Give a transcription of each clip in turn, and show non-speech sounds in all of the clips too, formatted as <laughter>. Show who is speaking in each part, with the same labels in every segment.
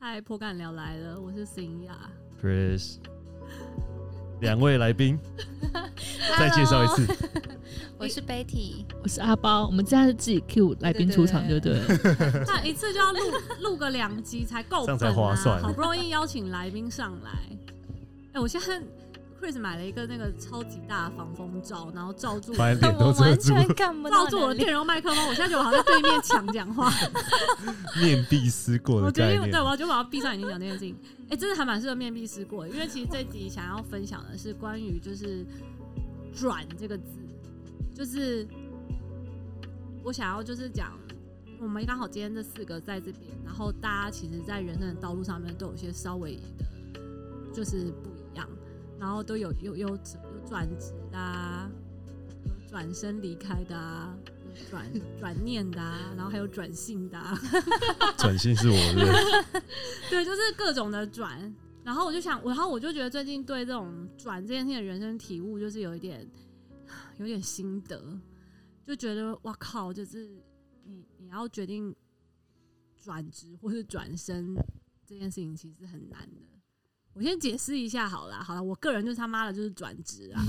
Speaker 1: 嗨，颇感聊来了，我是新雅。
Speaker 2: Chris，两位来宾再介绍一次。
Speaker 3: 我是 Betty，
Speaker 4: 我是阿包，我们这样是自己 Q 来宾出场，对
Speaker 3: 对
Speaker 4: 不对？
Speaker 1: 那一次就
Speaker 2: <laughs>
Speaker 1: 要录录个两集才够、啊，
Speaker 2: 这样才划算
Speaker 1: 好不容易邀请来宾上来，哎、我现在 Chris 买了一个那个超级大的防风罩，然后罩
Speaker 2: <laughs>
Speaker 1: 住
Speaker 2: 把脸都
Speaker 3: 我
Speaker 2: 遮
Speaker 3: 完
Speaker 2: 住，
Speaker 3: 全看不到
Speaker 1: 罩住我的
Speaker 3: 你的脸
Speaker 1: 电容麦克风，我现在觉得我好像对面墙讲话。
Speaker 2: <laughs> 面壁思过
Speaker 1: 我
Speaker 2: 的
Speaker 1: 决
Speaker 2: 概
Speaker 1: 定，对，
Speaker 2: 念。
Speaker 1: 我就马上闭上眼睛讲这件事情。哎、真的还蛮适合面壁思过的，因为其实这集想要分享的是关于就是“转”这个字，就是我想要就是讲，我们刚好今天这四个在这边，然后大家其实在人生的道路上面都有一些稍微的，就是不一样，然后都有有有有转职的、啊，有转身离开的、啊。有转转念的、啊，然后还有转性的、啊，
Speaker 2: 转型是我的，
Speaker 1: 对，就是各种的转。然后我就想，我然后我就觉得最近对这种转这件事情的人生体悟，就是有一点有点心得，就觉得哇靠，就是你你要决定转职或是转身这件事情，其实很难的。我先解释一下好了，好了，我个人就是他妈的就是转职啊，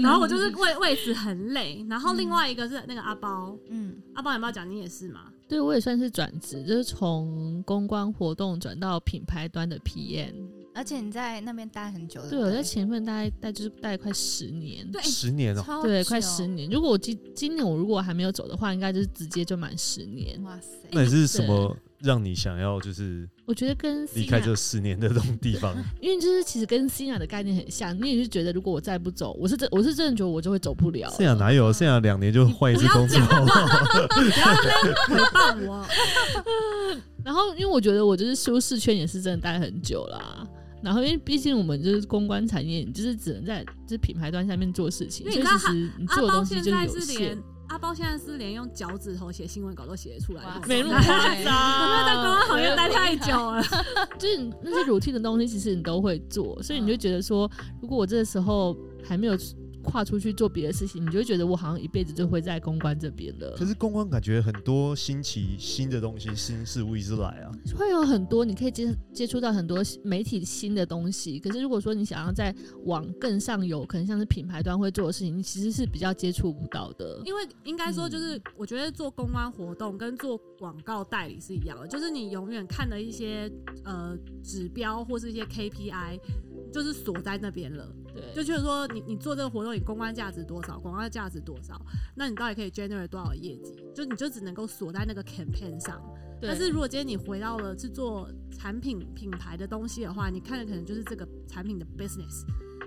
Speaker 1: 然后我就是为为此很累。然后另外一个是那个阿包，
Speaker 3: 嗯，
Speaker 1: 阿包有没有讲你也是嘛？
Speaker 4: 对我也算是转职，就是从公关活动转到品牌端的 PM。
Speaker 3: 而且你在那边待很久了，
Speaker 4: 对，我在前份大概待就是待快十年，
Speaker 1: 对，
Speaker 2: 十年哦，
Speaker 3: 超
Speaker 4: 对，
Speaker 3: 久
Speaker 4: 快十，年。如果我今今年我如果还没有走的话，应该就是直接就满十年。
Speaker 3: 哇塞，
Speaker 2: 那你是什么让你想要就是
Speaker 4: 我觉得跟
Speaker 2: 离
Speaker 4: Sina，
Speaker 2: 开这十年的这种地 <laughs> 方？
Speaker 4: 因为就是其实跟 Sina 的概念很像，你也是觉得如果我再不走，我是真我是真的觉得我就会走不了了。
Speaker 2: 剩下哪有？剩下两年就换一次工作，好不 <laughs> 好？
Speaker 1: 回报我，
Speaker 4: 然后，因为我觉得我就是舒适圈也是真的待很久啦。然后，因为毕竟我们就是公关产业，你就是只能在就是品牌端下面做事情，
Speaker 1: 因为
Speaker 4: 所
Speaker 1: 你
Speaker 4: 以
Speaker 1: 看
Speaker 4: 其实你
Speaker 1: 阿
Speaker 4: 做的
Speaker 1: 包
Speaker 4: 东西
Speaker 1: 现
Speaker 4: 就
Speaker 1: 在
Speaker 4: 有
Speaker 1: 是
Speaker 4: 限
Speaker 1: 连。阿包现在是连用脚趾头写新闻稿都写得出来
Speaker 3: 哇
Speaker 1: 的那
Speaker 3: 塞
Speaker 4: 没
Speaker 1: 种
Speaker 4: 那
Speaker 1: 人，
Speaker 4: 么夸张，
Speaker 1: 因为在公关行业待太久
Speaker 4: <laughs>
Speaker 1: 了，
Speaker 4: 就是你那
Speaker 1: 啊
Speaker 4: 些 routine 的东西，其实你都会做，所以
Speaker 1: 嗯
Speaker 4: 你就觉得说，如果我这个时候还没有跨出去做别的事情，你就会觉得我好像一辈子就会在公关这边了
Speaker 2: 可。是公关感觉很多新奇、新的东西、新事物一直来啊。
Speaker 4: 会有很多你可以接接触到很多媒体新的东西，可是如果说你想要再往更上游，可能像是品牌端会做的事情，你其实是比较接触不到的。
Speaker 1: 因为应该
Speaker 4: 嗯
Speaker 1: 说就是，我觉得做公关活动跟做广告代理是一样的，就是你永远看的一些呃指标或是一些 KPI，就是锁在那边了。就
Speaker 4: 对，
Speaker 1: 就是说你，你做这个活动，你公关价值多少，广告价值多少，那你到底可以 generate 多少业绩？就你就只能够锁在那个 campaign 上。但是如果今天你回到了是做产品品牌的东西的话，你看的可能就是这个产品的 business，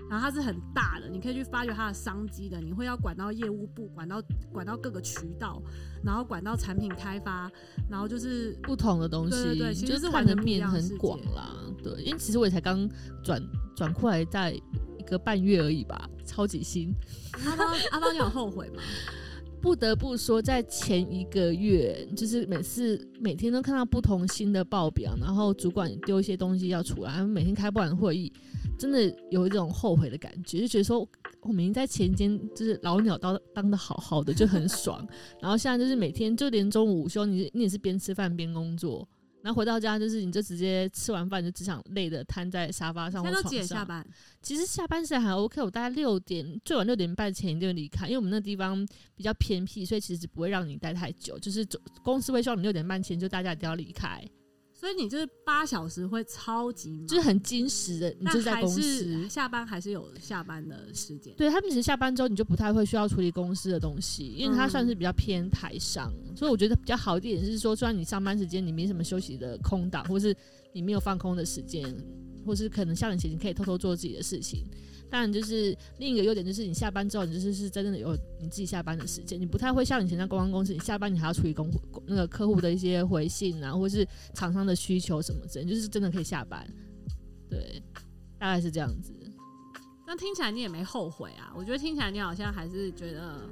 Speaker 1: 然后它是很大的，你可以去发掘它的商机的，你会要管到业务部，管到管到各个渠道，然后管到产品开发，然后就是
Speaker 4: 不同的东西，
Speaker 1: 对对对其实
Speaker 4: 就是是
Speaker 1: 完
Speaker 4: 看
Speaker 1: 全
Speaker 4: 的
Speaker 1: 不一
Speaker 4: 面
Speaker 1: 样的世界
Speaker 4: 很广啦。对，因为其实我也才刚转转过来，在一个半月而已吧，超级新。
Speaker 1: <laughs> 阿邦阿邦，你有后悔吗？
Speaker 4: 不得不说，在前一个月，就是每次每天都看到不同新的报表，然后主管丢一些东西要出来，每天开不完的会议，真的有一种后悔的感觉，就觉得说我明明在前一间就是老鸟当当的好好的，就很爽，然后现在就是每天就连中午午休，你你也是边吃饭边工作。然后回到家，就是你就直接吃完饭就只想累的瘫在沙发
Speaker 1: <laughs>
Speaker 4: 上
Speaker 1: 现
Speaker 4: 或
Speaker 1: 在都
Speaker 4: 床上。
Speaker 1: 几点下班？
Speaker 4: 其实下班时间还 OK，我大概六点最晚六点半前一定离开，因为我们那地方比较偏僻，所以其实不会让你待太久。就是走公司会希望你六点半前就大家一定要离开，
Speaker 1: 所以你就是八小时会超级忙，
Speaker 4: 就是很矜持的，
Speaker 1: 哦
Speaker 4: 你
Speaker 1: 那
Speaker 4: 就在
Speaker 1: 还
Speaker 4: 公
Speaker 1: 是
Speaker 4: 司。
Speaker 1: 下班还是有下班的时间。
Speaker 4: 对他们，其实下班之后你就不太会需要处理公司的东西，因为它算是比较偏台商，所以我觉得比较好一点是说，虽然你上班时间你没什么休息的空档，或是你没有放空的时间，或是可能下班前你可以偷偷做自己的事情。当然，就是另一个优点就是你下班之后，你就是是真正的有你自己下班的时间，你不太会像以前在公关公司，你下班你还要处理公公那个客户的一些回信啊，或是厂商的需求什么之类，你就是真的可以下班。对，大概是这样子。
Speaker 1: 那听起来你也没后悔啊？我觉得听起来你好像还是觉得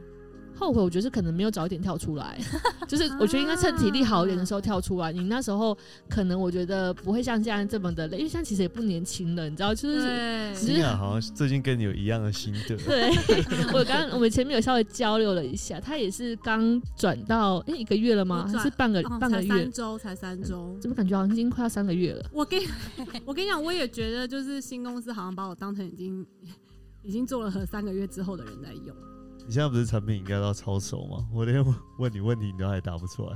Speaker 4: 后悔，我觉得是可能没有早一点跳出来， <laughs> 就是我觉得应该趁体力好一点的时候跳出来。你那时候可能我觉得不会像现在这么的累，因为现在其实也不年轻了，你知道，就是
Speaker 1: 对，
Speaker 4: 只
Speaker 2: 新雅好像最近跟你有一样的心得，
Speaker 4: <laughs> 对我刚我们前面有稍微交流了一下，他也是刚转到诶一个月了吗？
Speaker 1: 我
Speaker 4: 还
Speaker 1: 转
Speaker 4: 是半个
Speaker 1: 哦
Speaker 4: 呃半个
Speaker 1: 才
Speaker 4: 月嗯
Speaker 1: 三？周，才三周。
Speaker 4: 怎么感觉好像已经快要三个月了？
Speaker 1: 我跟你 <laughs> 我跟你讲，我也觉得就是新公司好像把我当成已经已经做了和三个月之后的人在用。
Speaker 2: 你现在不是产品应该都要超熟吗？我连问你问题你都还答不出来，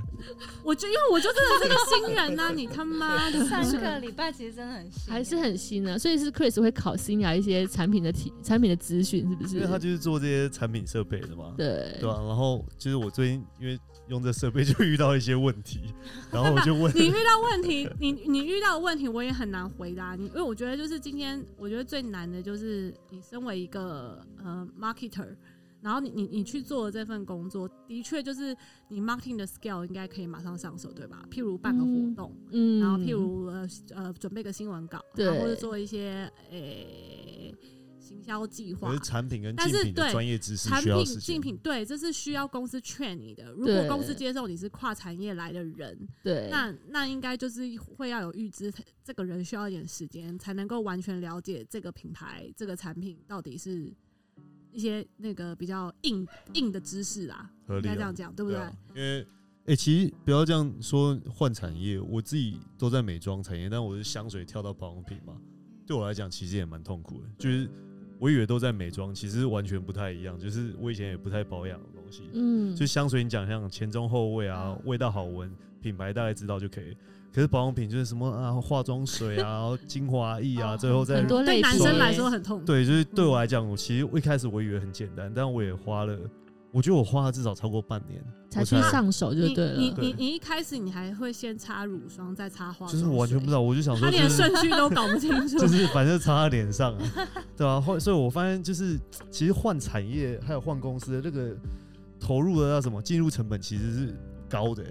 Speaker 1: 我就因为我就真的是个新人呐、你他妈
Speaker 4: <laughs>
Speaker 1: 的！
Speaker 3: 三个礼拜其实真的很辛苦
Speaker 4: 还是很新呢、所以是 Chris 会考新雅一些产品的体产品的资讯，是不是
Speaker 2: 因为？他就是做这些产品设备的嘛，
Speaker 4: 对
Speaker 2: 对，啊吧、然后就是我最近因为用这设备就遇到一些问题，然后我就问
Speaker 1: <laughs> 你遇到问题，你你遇到的问题我也很难回答你，因为我觉得就是今天我觉得最难的就是你身为一个呃 marketer，然后你你你去做这份工作，的确就是你 marketing 的 scale 应该可以马上上手，对吧？譬如办个活
Speaker 4: 嗯
Speaker 1: 动，
Speaker 4: 嗯
Speaker 1: 然后譬如呃呃准备个新闻稿，然后或者
Speaker 4: 对
Speaker 1: 做一些诶、行销计划
Speaker 2: 可是，产品跟
Speaker 1: 但是
Speaker 2: 竞品的
Speaker 1: 对
Speaker 2: 专业知识
Speaker 1: 产
Speaker 2: 需要
Speaker 1: 品
Speaker 2: 时
Speaker 1: 竞
Speaker 2: 间。
Speaker 1: 品对，这是需要公司劝你的。如
Speaker 4: 对
Speaker 1: 果公司接受你是跨产业来的人，
Speaker 4: 对，
Speaker 1: 那那应该就是会要有预知，这个人需要一点时间才能够完全了解这个品牌、这个产品到底是一些那个比较硬硬的知识啦，
Speaker 2: 合
Speaker 1: 应
Speaker 2: 理啊
Speaker 1: 该这样讲，对不
Speaker 2: 对
Speaker 1: 对？
Speaker 2: 啊，因为哎、欸其实不要这样说换产业，我自己都在美妆产业，但我是香水跳到保养品嘛，对我来讲其实也蛮痛苦的。就是我以为都在美妆，其实完全不太一样。就是我以前也不太保养的东西，
Speaker 4: 嗯，
Speaker 2: 就香水你讲像前中后味啊，味道好闻，品牌大概知道就可以了。可是保养品就是什么啊，化妆水啊，
Speaker 4: <laughs>
Speaker 2: 然后精华液啊，
Speaker 3: 哦
Speaker 2: 最后再
Speaker 4: 很多嗯
Speaker 1: 对
Speaker 4: 类
Speaker 1: 男
Speaker 4: 别
Speaker 1: 生来说很痛苦。
Speaker 2: 对，就是对我来讲，我其实一开始我以为很简单，但我也花了，我觉得我花了至少超过半年，
Speaker 4: 才
Speaker 2: 我
Speaker 4: 去上手就
Speaker 1: 你
Speaker 4: 对
Speaker 1: 你
Speaker 4: 了。
Speaker 1: 你
Speaker 2: 对
Speaker 1: 你一开始你还会先擦乳霜，再擦化妆
Speaker 2: 就
Speaker 1: 水，
Speaker 2: 是我完全不知道，我就想
Speaker 4: <laughs>
Speaker 2: 说、
Speaker 1: 他
Speaker 2: 就是
Speaker 1: 连，顺序都搞不清楚。
Speaker 2: 就是反正擦在脸上、
Speaker 4: <laughs>
Speaker 2: 啊，对吧、啊？后所以我发现就是，其实换产业还有换公司的那个投入的那什么进入成本其实是高的、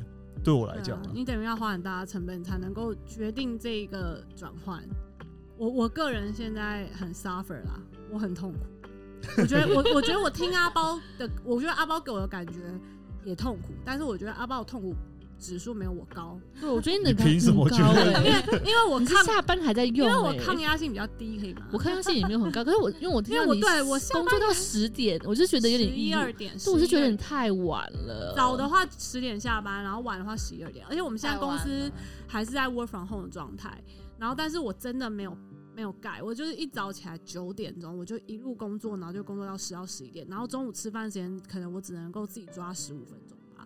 Speaker 2: 对我来
Speaker 1: 对
Speaker 2: 讲、啊
Speaker 1: 啊，你等于要花很大的成本才能够决定这个转换。我我个人现在很 suffer 啦，我很痛苦。我觉得我我觉得我听阿包的，我觉得阿包给我的感觉也痛苦，但是我觉得阿包的痛苦指数没有我高，
Speaker 4: 对，我觉得你的
Speaker 2: 你
Speaker 4: 感
Speaker 2: 凭什么
Speaker 4: 很
Speaker 2: 觉
Speaker 4: 高
Speaker 2: 得
Speaker 4: 欸
Speaker 1: 因为因为我
Speaker 4: 你是
Speaker 1: 抗，
Speaker 4: 下班还在
Speaker 1: 因
Speaker 4: 用欸、
Speaker 1: 为我抗压性比较低，可以吗？
Speaker 4: 我抗压性也没有很高，可是
Speaker 1: <laughs>
Speaker 4: 我因为我听
Speaker 1: 因
Speaker 4: 到
Speaker 1: 为我
Speaker 4: 你
Speaker 1: 对我下
Speaker 4: 工作到十点，我就觉得有点
Speaker 1: 十
Speaker 4: 抑
Speaker 1: 一
Speaker 4: 郁
Speaker 1: 二点，
Speaker 4: 对，我是觉得
Speaker 1: 11
Speaker 4: 你太晚了。
Speaker 1: 早的话十点下班，然后晚的话十一二点，而且我们现在公司还是在 work from home 的状态。然后，但是我真的没有没有改，我就是一早起来九点钟，我就一路工作，然后就工作到十到十一点，然后中午吃饭时间可能我只能够自己抓十五分钟吧，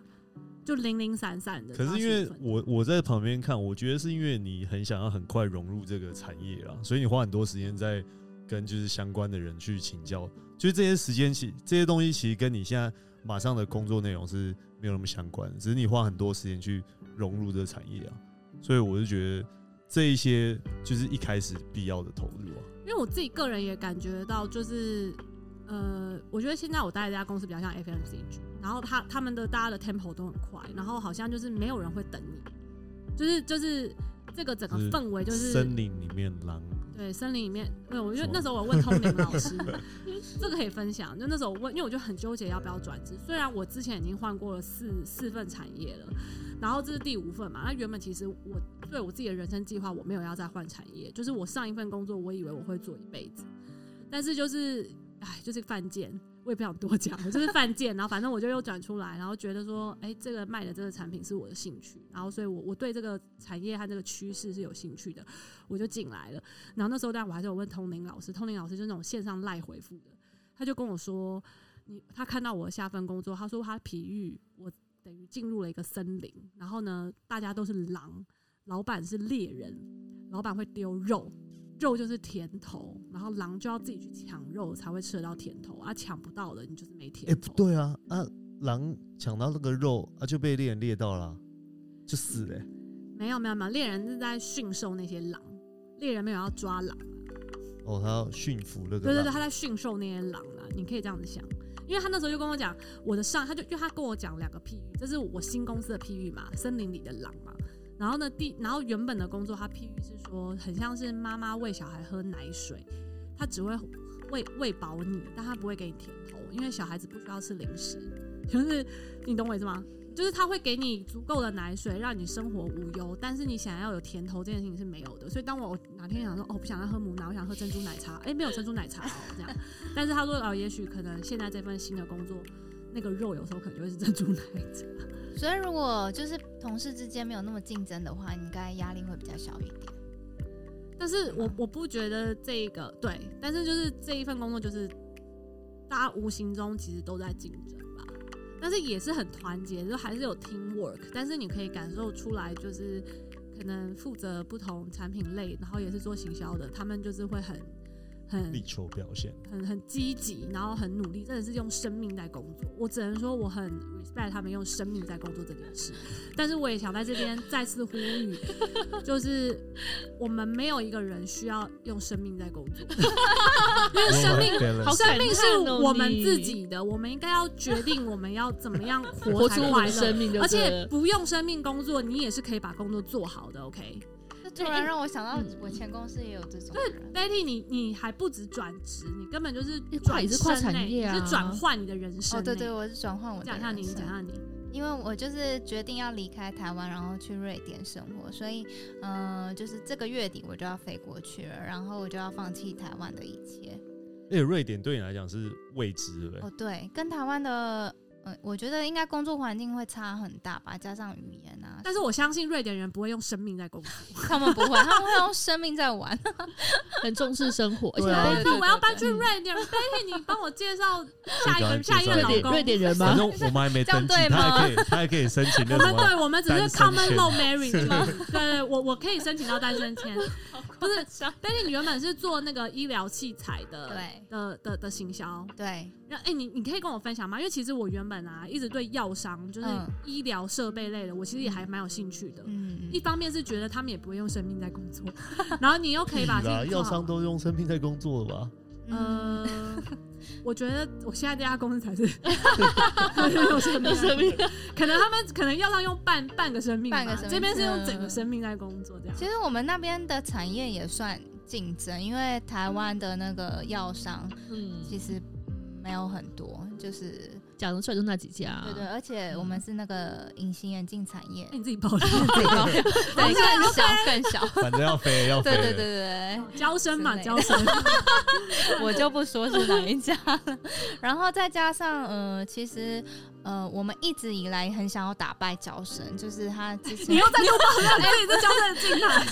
Speaker 1: 就零零散散的
Speaker 2: 可
Speaker 1: 抓15
Speaker 2: 是
Speaker 1: 分钟。
Speaker 2: 因为我我在旁边看，我觉得是因为你很想要很快融入这个产业啦，所以你花很多时间在跟就是相关的人去请教，就是这些时间其这些东西其实跟你现在马上的工作内容是没有那么相关的，只是你花很多时间去融入这个产业啊，所以我就觉得这一些就是一开始必要的投入啊，
Speaker 1: 因为我自己个人也感觉到，就是呃，我觉得现在我待的这家公司比较像 FMCG，然后他他们的大家的 tempo 都很快，然后好像就是没有人会等你，就是就是这个整个
Speaker 2: 就是
Speaker 1: 氛围就是
Speaker 2: 森林里面狼，
Speaker 1: 对，森林里面，没有，我就
Speaker 2: 什么
Speaker 1: 那时候我问通灵老
Speaker 2: <laughs>
Speaker 1: 师，这个可以分享。就那时候我问，因为我就很纠结要不要转职。虽然我之前已经换过了四四份产业了，然后这是第五份嘛。那原本其实我对我自己的人生计划，我没有要再换产业，就是我上一份工作，我以为我会做一辈子，但是就是，哎，就是犯贱。我也不想多讲，我就是犯贱，然后反正我就又转出来，然后觉得说，哎、这个卖的这个产品是我的兴趣，然后所以我我对这个产业和这个趋势是有兴趣的，我就进来了。然后那时候，但我还是有问通灵老师，通灵老师就是那种线上赖回复的，他就跟我说，你他看到我的下份工作，他说他比喻我等于进入了一个森林，然后呢，大家都是狼，老板是猎人，老板会丢肉。肉就是甜头，然后狼就要自己去抢肉才会吃得到甜头，啊，抢不到的你就是没甜
Speaker 2: 哎、
Speaker 1: 头。
Speaker 2: 不对啊啊，狼抢到那个肉啊就被猎人猎到了啊、就死了欸、
Speaker 1: 没有没有没有，猎人是在驯兽那些狼，猎人没有要抓狼。
Speaker 2: 哦，他要驯服那个
Speaker 1: 对对
Speaker 2: 狼
Speaker 1: 对，他在驯兽那些狼啦，你可以这样子想，因为他那时候就跟我讲，我的上，他就因为他跟我讲两个譬喻，这是我新公司的譬喻嘛，森林里的狼嘛。然后呢，第然后原本的工作，他譬喻是说，很像是妈妈喂小孩喝奶水，他只会喂喂饱你，但他不会给你甜头，因为小孩子不需要吃零食，就是你懂我意思吗？就是他会给你足够的奶水，让你生活无忧，但是你想要有甜头这件事情是没有的。所以当我哪天想说，哦，不想再喝母奶，我想喝珍珠奶茶，哎、没有珍珠奶茶哦，这样。但是他说，哦，也许可能现在这份新的工作，那个肉有时候可能就会是珍珠奶茶。
Speaker 3: 所以如果就是同事之间没有那么竞争的话，你应该压力会比较小一点。
Speaker 1: 但是我我不觉得这个对，但是就是这一份工作就是大家无形中其实都在竞争吧，但是也是很团结，就还是有 team work，但是你可以感受出来，就是可能负责不同产品类，然后也是做行销的，他们就是会很
Speaker 2: 力
Speaker 1: 很
Speaker 2: 求表现。
Speaker 1: 很很积极，然后很努力，真的是用生命在工作。我只能说我很 respect 他们用生命在工作这件事，但是我也想在这边再次呼吁，就是我们没有一个人需要用生命在工作，因为生命。
Speaker 2: 命
Speaker 4: <laughs> 好
Speaker 1: 生
Speaker 4: 感
Speaker 1: 命
Speaker 4: 叹
Speaker 1: 是
Speaker 4: 哦
Speaker 1: 我们
Speaker 4: 你
Speaker 1: 自己的，我们应该要决定我们要怎么样活
Speaker 4: 活出
Speaker 1: 才
Speaker 4: 我
Speaker 1: 快
Speaker 4: 们生
Speaker 1: 乐，
Speaker 4: 命就
Speaker 1: 而
Speaker 4: 对
Speaker 1: 且
Speaker 4: 了，
Speaker 1: 不用生命工作，你也是可以把工作做好的。OK，
Speaker 3: 这突然让我想到
Speaker 4: 嗯，
Speaker 3: 我前公司也有这种人。
Speaker 1: Betty，你你还不止转职，你根本就是
Speaker 4: 你跨
Speaker 1: 转
Speaker 4: 也是跨
Speaker 1: 身
Speaker 4: 产
Speaker 1: 欸
Speaker 4: 业
Speaker 1: 你
Speaker 4: 啊
Speaker 1: 是转换你的人生、
Speaker 3: 哦，对对，
Speaker 1: 欸，
Speaker 3: 我是转换我的
Speaker 1: 讲一下你，
Speaker 3: 人
Speaker 1: 你
Speaker 3: 生
Speaker 1: 讲一下你。
Speaker 3: 因为我就是决定要离开台湾，然后去瑞典生活，所以，嗯、就是这个月底我就要飞过去了，然后我就要放弃台湾的一切。
Speaker 2: 而且哎瑞典对你来讲是未知，对不对？
Speaker 3: 哦，对，跟台湾的，嗯，我觉得应该工作环境会差很大吧，加上语言啊，
Speaker 1: 但是我相信瑞典人不会用生命在工作。
Speaker 3: <laughs> 他们不会，他们会用生命
Speaker 1: <laughs>
Speaker 3: 在玩。
Speaker 4: 很重视生活，而且
Speaker 2: 对啊
Speaker 4: 瑞
Speaker 1: 但是我要搬去
Speaker 3: 嗯
Speaker 4: 对对
Speaker 1: 瑞典，Betty，你帮我介绍下一
Speaker 2: 赶快
Speaker 1: 个下一
Speaker 2: 介
Speaker 1: 个
Speaker 2: 绍 <laughs>
Speaker 1: 老
Speaker 2: 瑞
Speaker 4: 典
Speaker 1: 公。
Speaker 4: 瑞典人
Speaker 2: 反
Speaker 4: 吗？
Speaker 2: 正我们还没
Speaker 3: 这样
Speaker 2: 登记，
Speaker 3: 对
Speaker 2: 他
Speaker 3: 吗
Speaker 2: 还可以，他还可以申请那
Speaker 1: 我
Speaker 2: 什
Speaker 1: 们
Speaker 2: 么
Speaker 1: 啊 <laughs> 对我们只是
Speaker 2: 单身
Speaker 1: common
Speaker 2: 签
Speaker 1: law marriage 是吗？对对，我我可以申请到单身签，不是 Betty，你原本是做那个医疗器材的
Speaker 3: 对
Speaker 1: 的的的行销，
Speaker 3: 对，
Speaker 1: 那哎、你你可以跟我分享吗？因为其实我原本啊一直对药商就是
Speaker 3: 嗯
Speaker 1: 医疗设备类的，我其实也还蛮有兴趣的。
Speaker 3: 嗯
Speaker 1: 一，方面是觉得他们也不会用生命在工作， <laughs> 然后你又可以把
Speaker 2: 屁
Speaker 1: 自
Speaker 2: 啦
Speaker 1: 己做
Speaker 2: 药
Speaker 1: 好
Speaker 2: 商都用生命在工作了吧？
Speaker 3: 嗯，
Speaker 1: 呃，
Speaker 3: <laughs>
Speaker 1: 我觉得我现在这家公司才是
Speaker 4: <laughs>
Speaker 1: 有生命在
Speaker 4: 生
Speaker 1: 工
Speaker 4: 命
Speaker 1: 作，可能他们可能药商用半半个生命吧，
Speaker 3: 半个生命嗯
Speaker 1: 这边是用整个生命在工作这样。
Speaker 3: 其实我们那边的产业也算竞争，因为台湾的那个药商
Speaker 4: 嗯，
Speaker 3: 其实嗯没有很多，就是
Speaker 4: 讲得出来就那几家，
Speaker 3: 对对，而且我们是那个隐形眼镜产业
Speaker 1: 哎、，你自己 <laughs> 爆料，
Speaker 3: 对，更小更小，
Speaker 2: 反正要飞了，要飞
Speaker 3: <laughs> 对
Speaker 2: 了。
Speaker 3: 对对对
Speaker 1: 交生嘛，
Speaker 3: 之类的
Speaker 1: 交生，
Speaker 3: 对，我就不说是哪一家了。然后再加上呃，其实呃，我们一直以来很想要打败角神，就是他之前
Speaker 1: 你又在做爆料，
Speaker 3: <laughs>
Speaker 1: 你自己是交生的进来，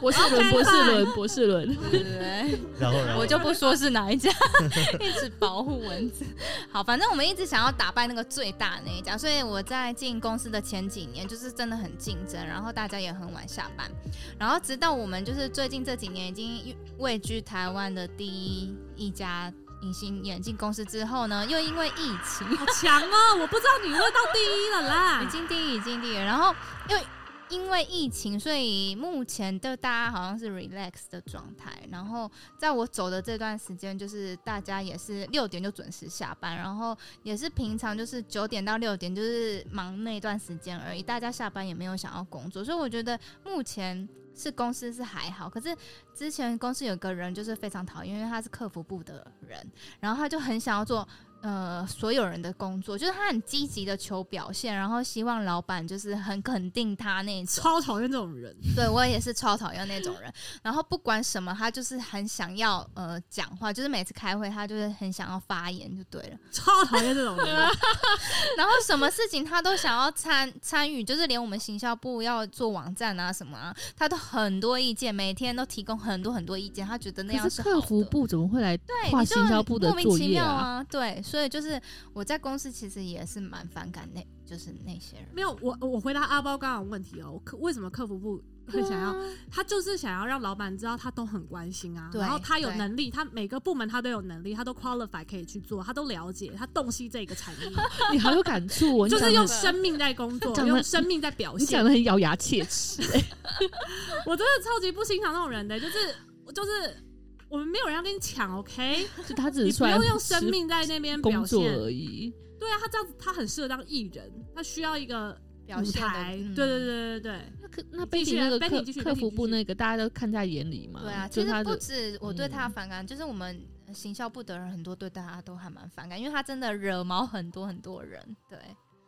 Speaker 4: 博士伦，博士伦，博士伦，
Speaker 3: 对对对。
Speaker 2: 然后然后
Speaker 3: 我就不说是哪一家， <laughs> 一直保护蚊子。好，反正我们一直想要打败那个最大那一家，所以我在进公司的前几年就是真的很竞争，然后大家也很晚下班，然后直到我们就是最近这几年已经位居台湾的第一一家隐形眼镜公司之后呢，又因为疫情。
Speaker 1: 好强哦！我不知道你问到第一了
Speaker 3: 已
Speaker 1: 啦。
Speaker 3: 经第一，已经第一了。然后因为因为疫情，所以目前的大家好像是 relax 的状态。然后在我走的这段时间，就是大家也是六点就准时下班，然后也是平常就是九点到六点就是忙那段时间而已。大家下班也没有想要工作，所以我觉得目前。是公司是还好，可是之前公司有个人就是非常讨厌，因为他是客服部的人，然后他就很想要做呃所有人的工作，就是他很积极的求表现，然后希望老板就是很肯定他那种。
Speaker 1: 超讨厌这种人，
Speaker 3: <laughs> 对我也是超讨厌那种人。然后不管什么，他就是很想要呃讲话，就是每次开会他就是很想要发言就对了。
Speaker 1: 超讨厌这
Speaker 3: <laughs>
Speaker 1: 种人。
Speaker 3: 啊
Speaker 4: <laughs>
Speaker 3: 然后什么事情他都想要参参与，就是连我们行销部要做网站啊什么啊，他都很多意见，每天都提供很多很多意见，他觉得那
Speaker 4: 可
Speaker 3: 样
Speaker 4: 是
Speaker 3: 好的
Speaker 4: 客服部怎么会来
Speaker 3: 对，
Speaker 4: 跨
Speaker 3: 你就
Speaker 4: 行销部的
Speaker 3: 莫名
Speaker 4: 作
Speaker 3: 其
Speaker 4: 业
Speaker 3: 妙
Speaker 4: 啊
Speaker 3: 啊，对，所以就是我在公司其实也是蛮反感那，就是那些人。 <laughs>
Speaker 1: 没有，我我回答阿包刚刚的问题哦，客为什么客服部会想要？他就是想要让老板知道他都很关心啊，
Speaker 3: 对
Speaker 1: 然后他有
Speaker 3: 对
Speaker 1: 能力，他每个部门他都有能力，他都 qualify 可以去做，他都了解，他洞悉这个产业，
Speaker 4: 你好有感触哦，你
Speaker 1: 就
Speaker 4: 讲
Speaker 1: 是
Speaker 4: 得
Speaker 1: 用生命在工作，
Speaker 4: 讲得
Speaker 1: 用生命在表
Speaker 4: 你
Speaker 1: 现
Speaker 4: 讲。的很咬牙切
Speaker 1: <laughs>
Speaker 4: 齿，
Speaker 1: 我真的超级不欣赏那种人的，就是就是我们没有人要跟你抢，OK？
Speaker 4: 就他只
Speaker 1: 你
Speaker 4: 是
Speaker 1: 不
Speaker 4: 出来
Speaker 1: 用用生命在那边
Speaker 4: 工
Speaker 1: 表
Speaker 4: 作
Speaker 1: 现。
Speaker 4: 而已。
Speaker 1: 对啊，他这样子他很适合当艺人，他需要一个
Speaker 3: 表
Speaker 1: 舞
Speaker 3: 现的
Speaker 1: 台，
Speaker 3: 嗯
Speaker 1: 对对对对对，
Speaker 4: 那可那
Speaker 1: 你继
Speaker 4: Betty
Speaker 1: 续
Speaker 4: 那个
Speaker 1: Betty，
Speaker 4: 客
Speaker 1: 你继续
Speaker 4: 客
Speaker 1: Betty，
Speaker 4: 服
Speaker 1: 你
Speaker 4: 部
Speaker 1: 继续
Speaker 4: 那个，大家都看在眼里嘛。
Speaker 3: 对
Speaker 1: 嗯
Speaker 3: 啊，
Speaker 4: 就
Speaker 3: 其
Speaker 4: 他
Speaker 3: 实不
Speaker 4: 的
Speaker 3: 止我对他的反感，就是我们呃行销部的人很多对大家都还蛮反感，因为他真的惹毛很多很多人。对，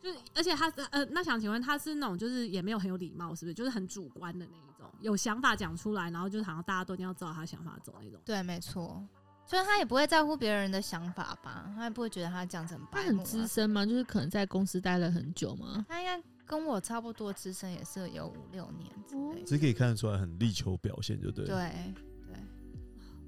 Speaker 1: 就是而且他呃，那想请问他是那种就是也没有很有礼貌，是不是？就是很主观的那一种，有想法讲出来，然后就是好像大家都一定要照他想法走那种。
Speaker 3: 对，没错。所以他也不会在乎别人的想法吧，他也不会觉得他这样子很
Speaker 4: 他
Speaker 3: 白目、
Speaker 4: 很
Speaker 3: 啊。
Speaker 4: 资深吗？就是可能在公司待了很
Speaker 3: <laughs>
Speaker 4: 久吗？
Speaker 3: 他应该跟我差不多资深，也是有五六年之
Speaker 1: 哦
Speaker 3: 类的。
Speaker 2: 只可以看得出来很力求表现，就对了。
Speaker 3: 对啊对，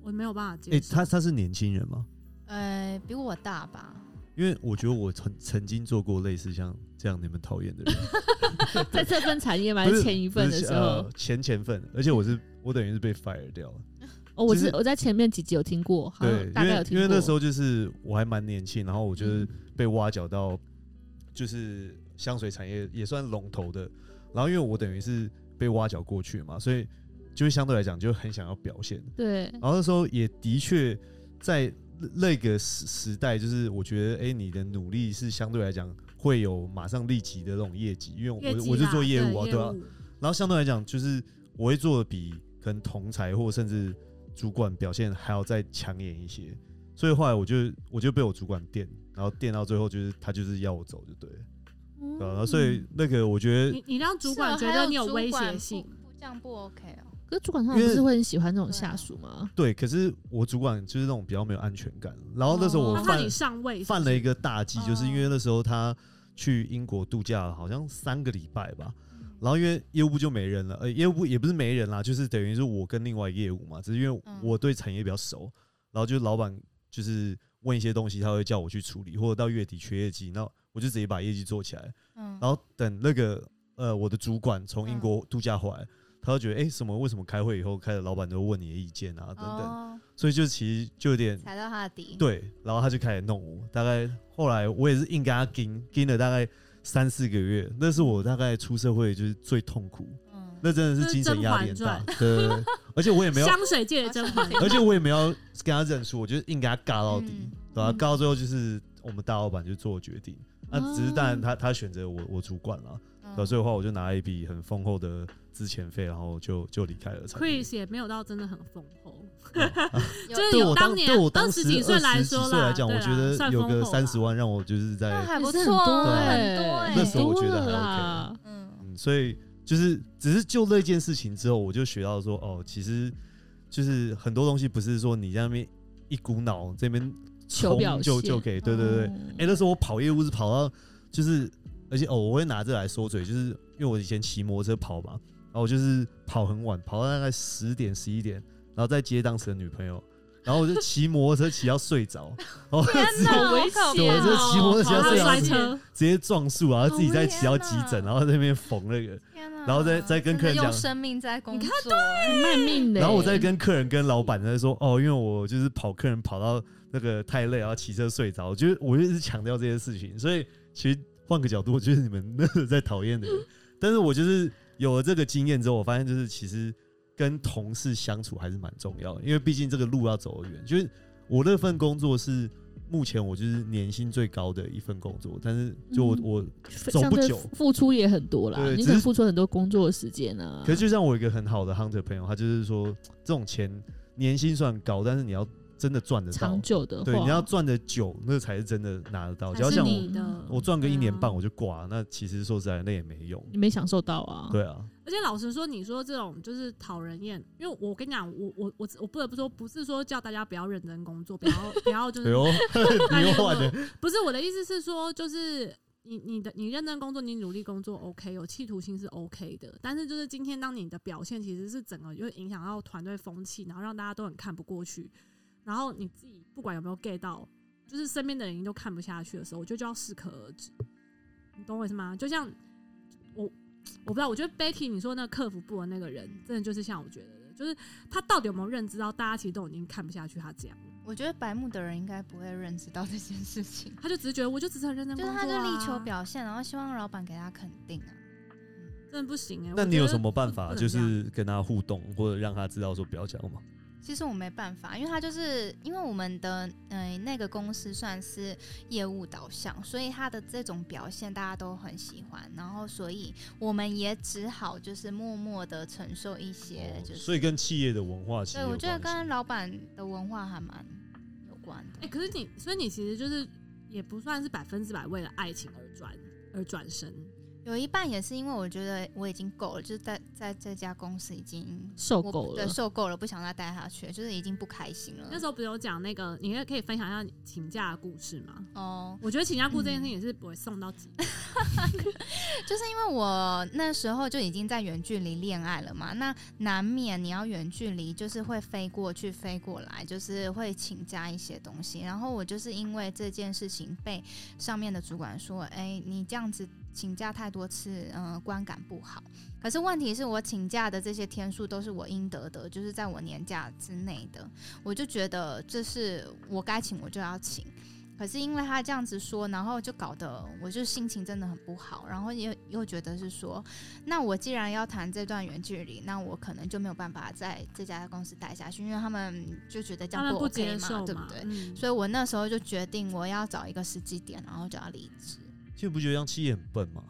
Speaker 1: 我没有办法
Speaker 2: 哎、
Speaker 1: 接受。
Speaker 2: 他他是年轻人吗？
Speaker 3: 呃，比我大吧，
Speaker 2: 因为我觉得我曾曾经做过类似像这样你们讨厌的人，
Speaker 4: 在这份产业吗？还
Speaker 2: 不
Speaker 4: 是
Speaker 2: 是
Speaker 4: 前一份的时候
Speaker 2: 呃？、前前份，而且我是我等于是被 fire 掉了。
Speaker 4: 哦，我
Speaker 2: 就是
Speaker 4: 是我在前面几集有听过，好
Speaker 2: 对
Speaker 4: 像，哦大概有
Speaker 2: 因
Speaker 4: 听
Speaker 2: 为因为
Speaker 4: 过。
Speaker 2: 那时候就是我还蛮年轻，然后我就是
Speaker 4: 嗯
Speaker 2: 被挖角到就是香水产业也算龙头的，然后因为我等于是被挖角过去嘛，所以就是相对来讲就很想要表现，
Speaker 4: 对，
Speaker 2: 然后那时候也的确在那个时时代，就是我觉得哎、诶你的努力是相对来讲会有马上立即的那种业绩，因为
Speaker 1: 业绩
Speaker 2: 我我是
Speaker 1: 啦
Speaker 2: 做业
Speaker 1: 对
Speaker 2: 务啊，对啊，
Speaker 1: 务
Speaker 2: 然后相对来讲，就是我会做的比可能同才或甚至主管表现还要再抢眼一些，所以后来我就我就被我主管电，然后电到最后就是他就是要我走就对了，对啊然后所
Speaker 4: 嗯
Speaker 2: 以那个我觉得
Speaker 1: 嗯你你让主管
Speaker 3: 是
Speaker 1: 觉
Speaker 3: 哦还
Speaker 1: 得
Speaker 3: 有
Speaker 1: 你有
Speaker 3: 主
Speaker 1: 威
Speaker 3: 管
Speaker 1: 胁
Speaker 3: 不
Speaker 1: 性，
Speaker 3: 不这样不 OK 哦。
Speaker 4: 可是主管他们
Speaker 2: 因
Speaker 4: 不
Speaker 2: 为
Speaker 4: 是会很喜欢这
Speaker 3: 对
Speaker 4: 种
Speaker 3: 啊
Speaker 4: 下属吗？
Speaker 2: 对，可是我主管就是那种比较没有安全感，然后那时候我
Speaker 1: 哦他怕
Speaker 2: 犯
Speaker 1: 你上位是不是
Speaker 2: 犯了一个大忌，就是因
Speaker 3: 哦
Speaker 2: 为那时候他去英国度假，好像三个礼拜吧。然后因为业务部就没人了，呃，业务部也不是没人啦，就是等于是我跟另外一个业务嘛，只是因为
Speaker 3: 嗯
Speaker 2: 我对产业比较熟，然后就老板就是问一些东西，他会叫我去处理，或者到月底缺业绩，那我就直接把业绩做起来，
Speaker 3: 嗯，
Speaker 2: 然后等那个呃我的主管从英国度假回来，他就觉得哎、诶什么为什么开会以后开始老板都问你的意见啊等等，
Speaker 3: 哦，
Speaker 2: 所以就其实就有点
Speaker 3: 踩到他的底。
Speaker 2: 对，然后他就开始弄我。大概后来我也是硬跟他盯盯了大概三四个月，那是我大概出社会就是最痛苦，
Speaker 3: 嗯，
Speaker 2: 那真的
Speaker 1: 这
Speaker 2: 是
Speaker 1: 是
Speaker 2: 精神
Speaker 1: 甄
Speaker 2: 压
Speaker 1: 嬛
Speaker 2: 力很大。对对对，而且我也没有，
Speaker 1: 香水界的甄
Speaker 2: <laughs>
Speaker 1: 嬛，
Speaker 2: 而且我也没有跟他认输，我就是硬跟他尬到底，
Speaker 3: 嗯
Speaker 2: 对吧、
Speaker 4: 嗯
Speaker 2: 尬到最后就是我们大老板就做了决定，那、只
Speaker 1: 啊
Speaker 2: 是当然他他选择我我主管了，
Speaker 3: 嗯
Speaker 2: 对吧、啊所以的话我就拿了一笔很丰厚的资遣费，然后就就离开了产业。
Speaker 1: Chris 也没有到真的很丰厚，
Speaker 3: 有
Speaker 1: 就是
Speaker 2: 对
Speaker 1: 有
Speaker 2: 我当
Speaker 1: 年
Speaker 2: 对我
Speaker 1: 二
Speaker 2: 当
Speaker 1: 十
Speaker 2: 时
Speaker 1: 几岁来
Speaker 2: 20几
Speaker 1: 说
Speaker 2: 岁
Speaker 1: 啦，
Speaker 2: 来讲，
Speaker 1: 对
Speaker 2: 我
Speaker 1: 啦
Speaker 2: 觉得
Speaker 1: 算
Speaker 2: 有
Speaker 1: 丰
Speaker 2: 个
Speaker 1: 厚
Speaker 2: 三
Speaker 1: 啦
Speaker 2: 十万让我就是
Speaker 3: 那
Speaker 2: 在
Speaker 3: 还不
Speaker 4: 也是
Speaker 3: 错啊，
Speaker 4: 很
Speaker 1: 哎
Speaker 3: 很
Speaker 4: 多
Speaker 3: 多
Speaker 4: 欸
Speaker 3: 欸
Speaker 2: 那时候我觉得
Speaker 4: 很
Speaker 2: 还
Speaker 4: 多
Speaker 2: OK
Speaker 4: 了啦
Speaker 3: 嗯，
Speaker 2: 嗯，所以就是只是就那件事情之后，我就学到说，哦，其实就是很多东西不是说你在那边一股脑这边
Speaker 4: 求
Speaker 2: 冲
Speaker 4: 表
Speaker 2: 就
Speaker 4: 现哦
Speaker 2: 就可以，对对对。哎、
Speaker 4: 嗯
Speaker 2: 那时候我跑业务是跑到就是，而且哦，我会拿这来说嘴，就是因为我以前骑摩托车跑嘛，然后我就是跑很晚，跑到大概十点十一点，然后再接当时的女朋友。然后我就骑摩托车骑到睡着，然后 <laughs> 直接
Speaker 3: 哪
Speaker 4: 好危险哦！
Speaker 2: 对我这骑摩托车
Speaker 1: 然后
Speaker 2: 虽然
Speaker 1: 摔
Speaker 2: 是
Speaker 1: 车，
Speaker 2: 直接撞树，然后自己再骑到
Speaker 3: 好危
Speaker 2: 急
Speaker 3: 险啊
Speaker 2: 诊，然
Speaker 4: 哦
Speaker 2: 后在那边缝那个，
Speaker 3: 天哪
Speaker 2: 然后再再跟
Speaker 3: 真的
Speaker 2: 客人
Speaker 3: 用
Speaker 2: 讲
Speaker 3: 生命在工
Speaker 1: 你
Speaker 3: 作，
Speaker 4: 很卖命的欸。
Speaker 2: 然后我再跟客人、跟老板在说，哦，因为我就是跑客人跑到那个太累，然后骑车睡着。我觉得我就一直强调这件事情，所以其实换个角度，我觉得你们那个在讨厌的人。但是我就是有了这个经验之后，我发现就是其实跟同事相处还是蛮重要的，因为毕竟这个路要走得远。就是我那份工作是目前我就是年薪最高的一份工作，但是就我、
Speaker 4: 嗯
Speaker 2: 我走
Speaker 4: 相
Speaker 2: 不
Speaker 4: 对
Speaker 2: 久
Speaker 4: 付出也很多啦，
Speaker 2: 对
Speaker 4: 你
Speaker 2: 只
Speaker 4: 可能
Speaker 2: 是
Speaker 4: 付出很多工作的时间啊。
Speaker 2: 可是就像我有一个很好的 hunter 朋友，他就是说这种钱年薪算高，但是你要真的赚得到
Speaker 4: 长，久的话，
Speaker 2: 对，你要赚的久，那才是真的拿得到。
Speaker 1: 还
Speaker 2: 只要
Speaker 1: 是
Speaker 2: 像
Speaker 1: 你
Speaker 2: 我，
Speaker 1: 的。
Speaker 2: 我赚个一年半
Speaker 1: 对啊
Speaker 2: 我就挂，那其实说实在那也没用。
Speaker 4: 你没享受到啊。
Speaker 2: 对啊，
Speaker 1: 而且老实说，你说这种就是讨人厌，因为我跟你讲，我我我我不得不说，不是说叫大家不要认真工作，不要不要就
Speaker 2: 哎 <laughs>
Speaker 1: 是
Speaker 2: 呦，
Speaker 1: 大
Speaker 2: 你
Speaker 1: 家
Speaker 2: 又
Speaker 1: 工作
Speaker 2: 换了，
Speaker 1: 不嗯是我的意思是说，就是你你的你认真工作，你努力工作 OK，有企图心是 OK 的。但是就是今天当你的表现其实是整个就是影响到团队风气，然后让大家都很看不过去，然后你自己不管有没有 get 到，就是身边的人都看不下去的时候，我觉得就要适可而止。你懂我意思吗？就像我我不知道，我觉得 Betty 你说那个客服部的那个人，真的就是像我觉得的，就是他到底有没有认知到大家其实都已经看不下去他这样了，
Speaker 3: 我觉得白目的人应该不会认知到这件
Speaker 1: <laughs>
Speaker 3: 事情，
Speaker 1: 他就只是觉得我就只是很认真
Speaker 3: 就
Speaker 1: 工
Speaker 3: 是
Speaker 1: 作、啊，
Speaker 3: 他就力求表现，然后希望老板给他肯定啊。
Speaker 1: 真的不行哎、
Speaker 2: 那
Speaker 1: 我
Speaker 2: 你
Speaker 1: 觉
Speaker 2: 有
Speaker 1: 得
Speaker 2: 什么办
Speaker 1: 不
Speaker 2: 法
Speaker 1: 能
Speaker 2: 就
Speaker 1: 这样
Speaker 2: 是跟他互动，或者让他知道说不要讲嘛？
Speaker 3: 其实我呃没办法，因为他就是因为我们的嗯、呃那个公司算是业务导向，所以他的这种表现大家都很喜欢，然后所以我们也只好就是默默的承受一些，就
Speaker 2: 哦
Speaker 3: 是、
Speaker 2: 所以跟企业的文化其实
Speaker 3: 对我
Speaker 2: 有
Speaker 3: 觉得
Speaker 2: 关系
Speaker 3: 跟老板的文化还蛮有关
Speaker 1: 哎、
Speaker 3: 的。
Speaker 1: 可是你，所以你其实就是也不算是百分之百为了爱情而转而转身，
Speaker 3: 有一半也是因为我觉得我已经够了，就是在在这家公司已经
Speaker 4: 受
Speaker 3: 我
Speaker 4: 够了
Speaker 3: 对，。受够了，不想再待下去了，就是已经不开心了。
Speaker 1: 那时候不是有讲那个，你也可以分享一下你请假的故事吗？
Speaker 3: 哦，
Speaker 1: 我觉得请假故这件事情也是不会送到
Speaker 3: 嗯
Speaker 1: 极致
Speaker 3: 就是因为我那时候就已经在远距离恋爱了嘛，那难免你要远距离，就是会飞过去、飞过来，就是会请假一些东西。然后我就是因为这件事情被上面的主管说：“哎，你这样子请假太多次，嗯、观感不好。”可是问题是我请假的这些天数都是我应得的，就是在我年假之内的，我就觉得这是我该请我就要请。可是因为他这样子说，然后就搞得我就心情真的很不好，然后又又觉得是说，那我既然要谈这段远距离，那我可能就没有办法在这家公司待下去，因为他们就觉得这
Speaker 1: 他们
Speaker 3: 样不
Speaker 1: 不
Speaker 3: OK
Speaker 1: 接
Speaker 3: 嘛，
Speaker 1: 受
Speaker 3: 对不对？
Speaker 1: 嗯
Speaker 3: 所以我那时候就决定我要找一个时机点，然后就要离职。
Speaker 2: 其实不觉得让企业很笨吗？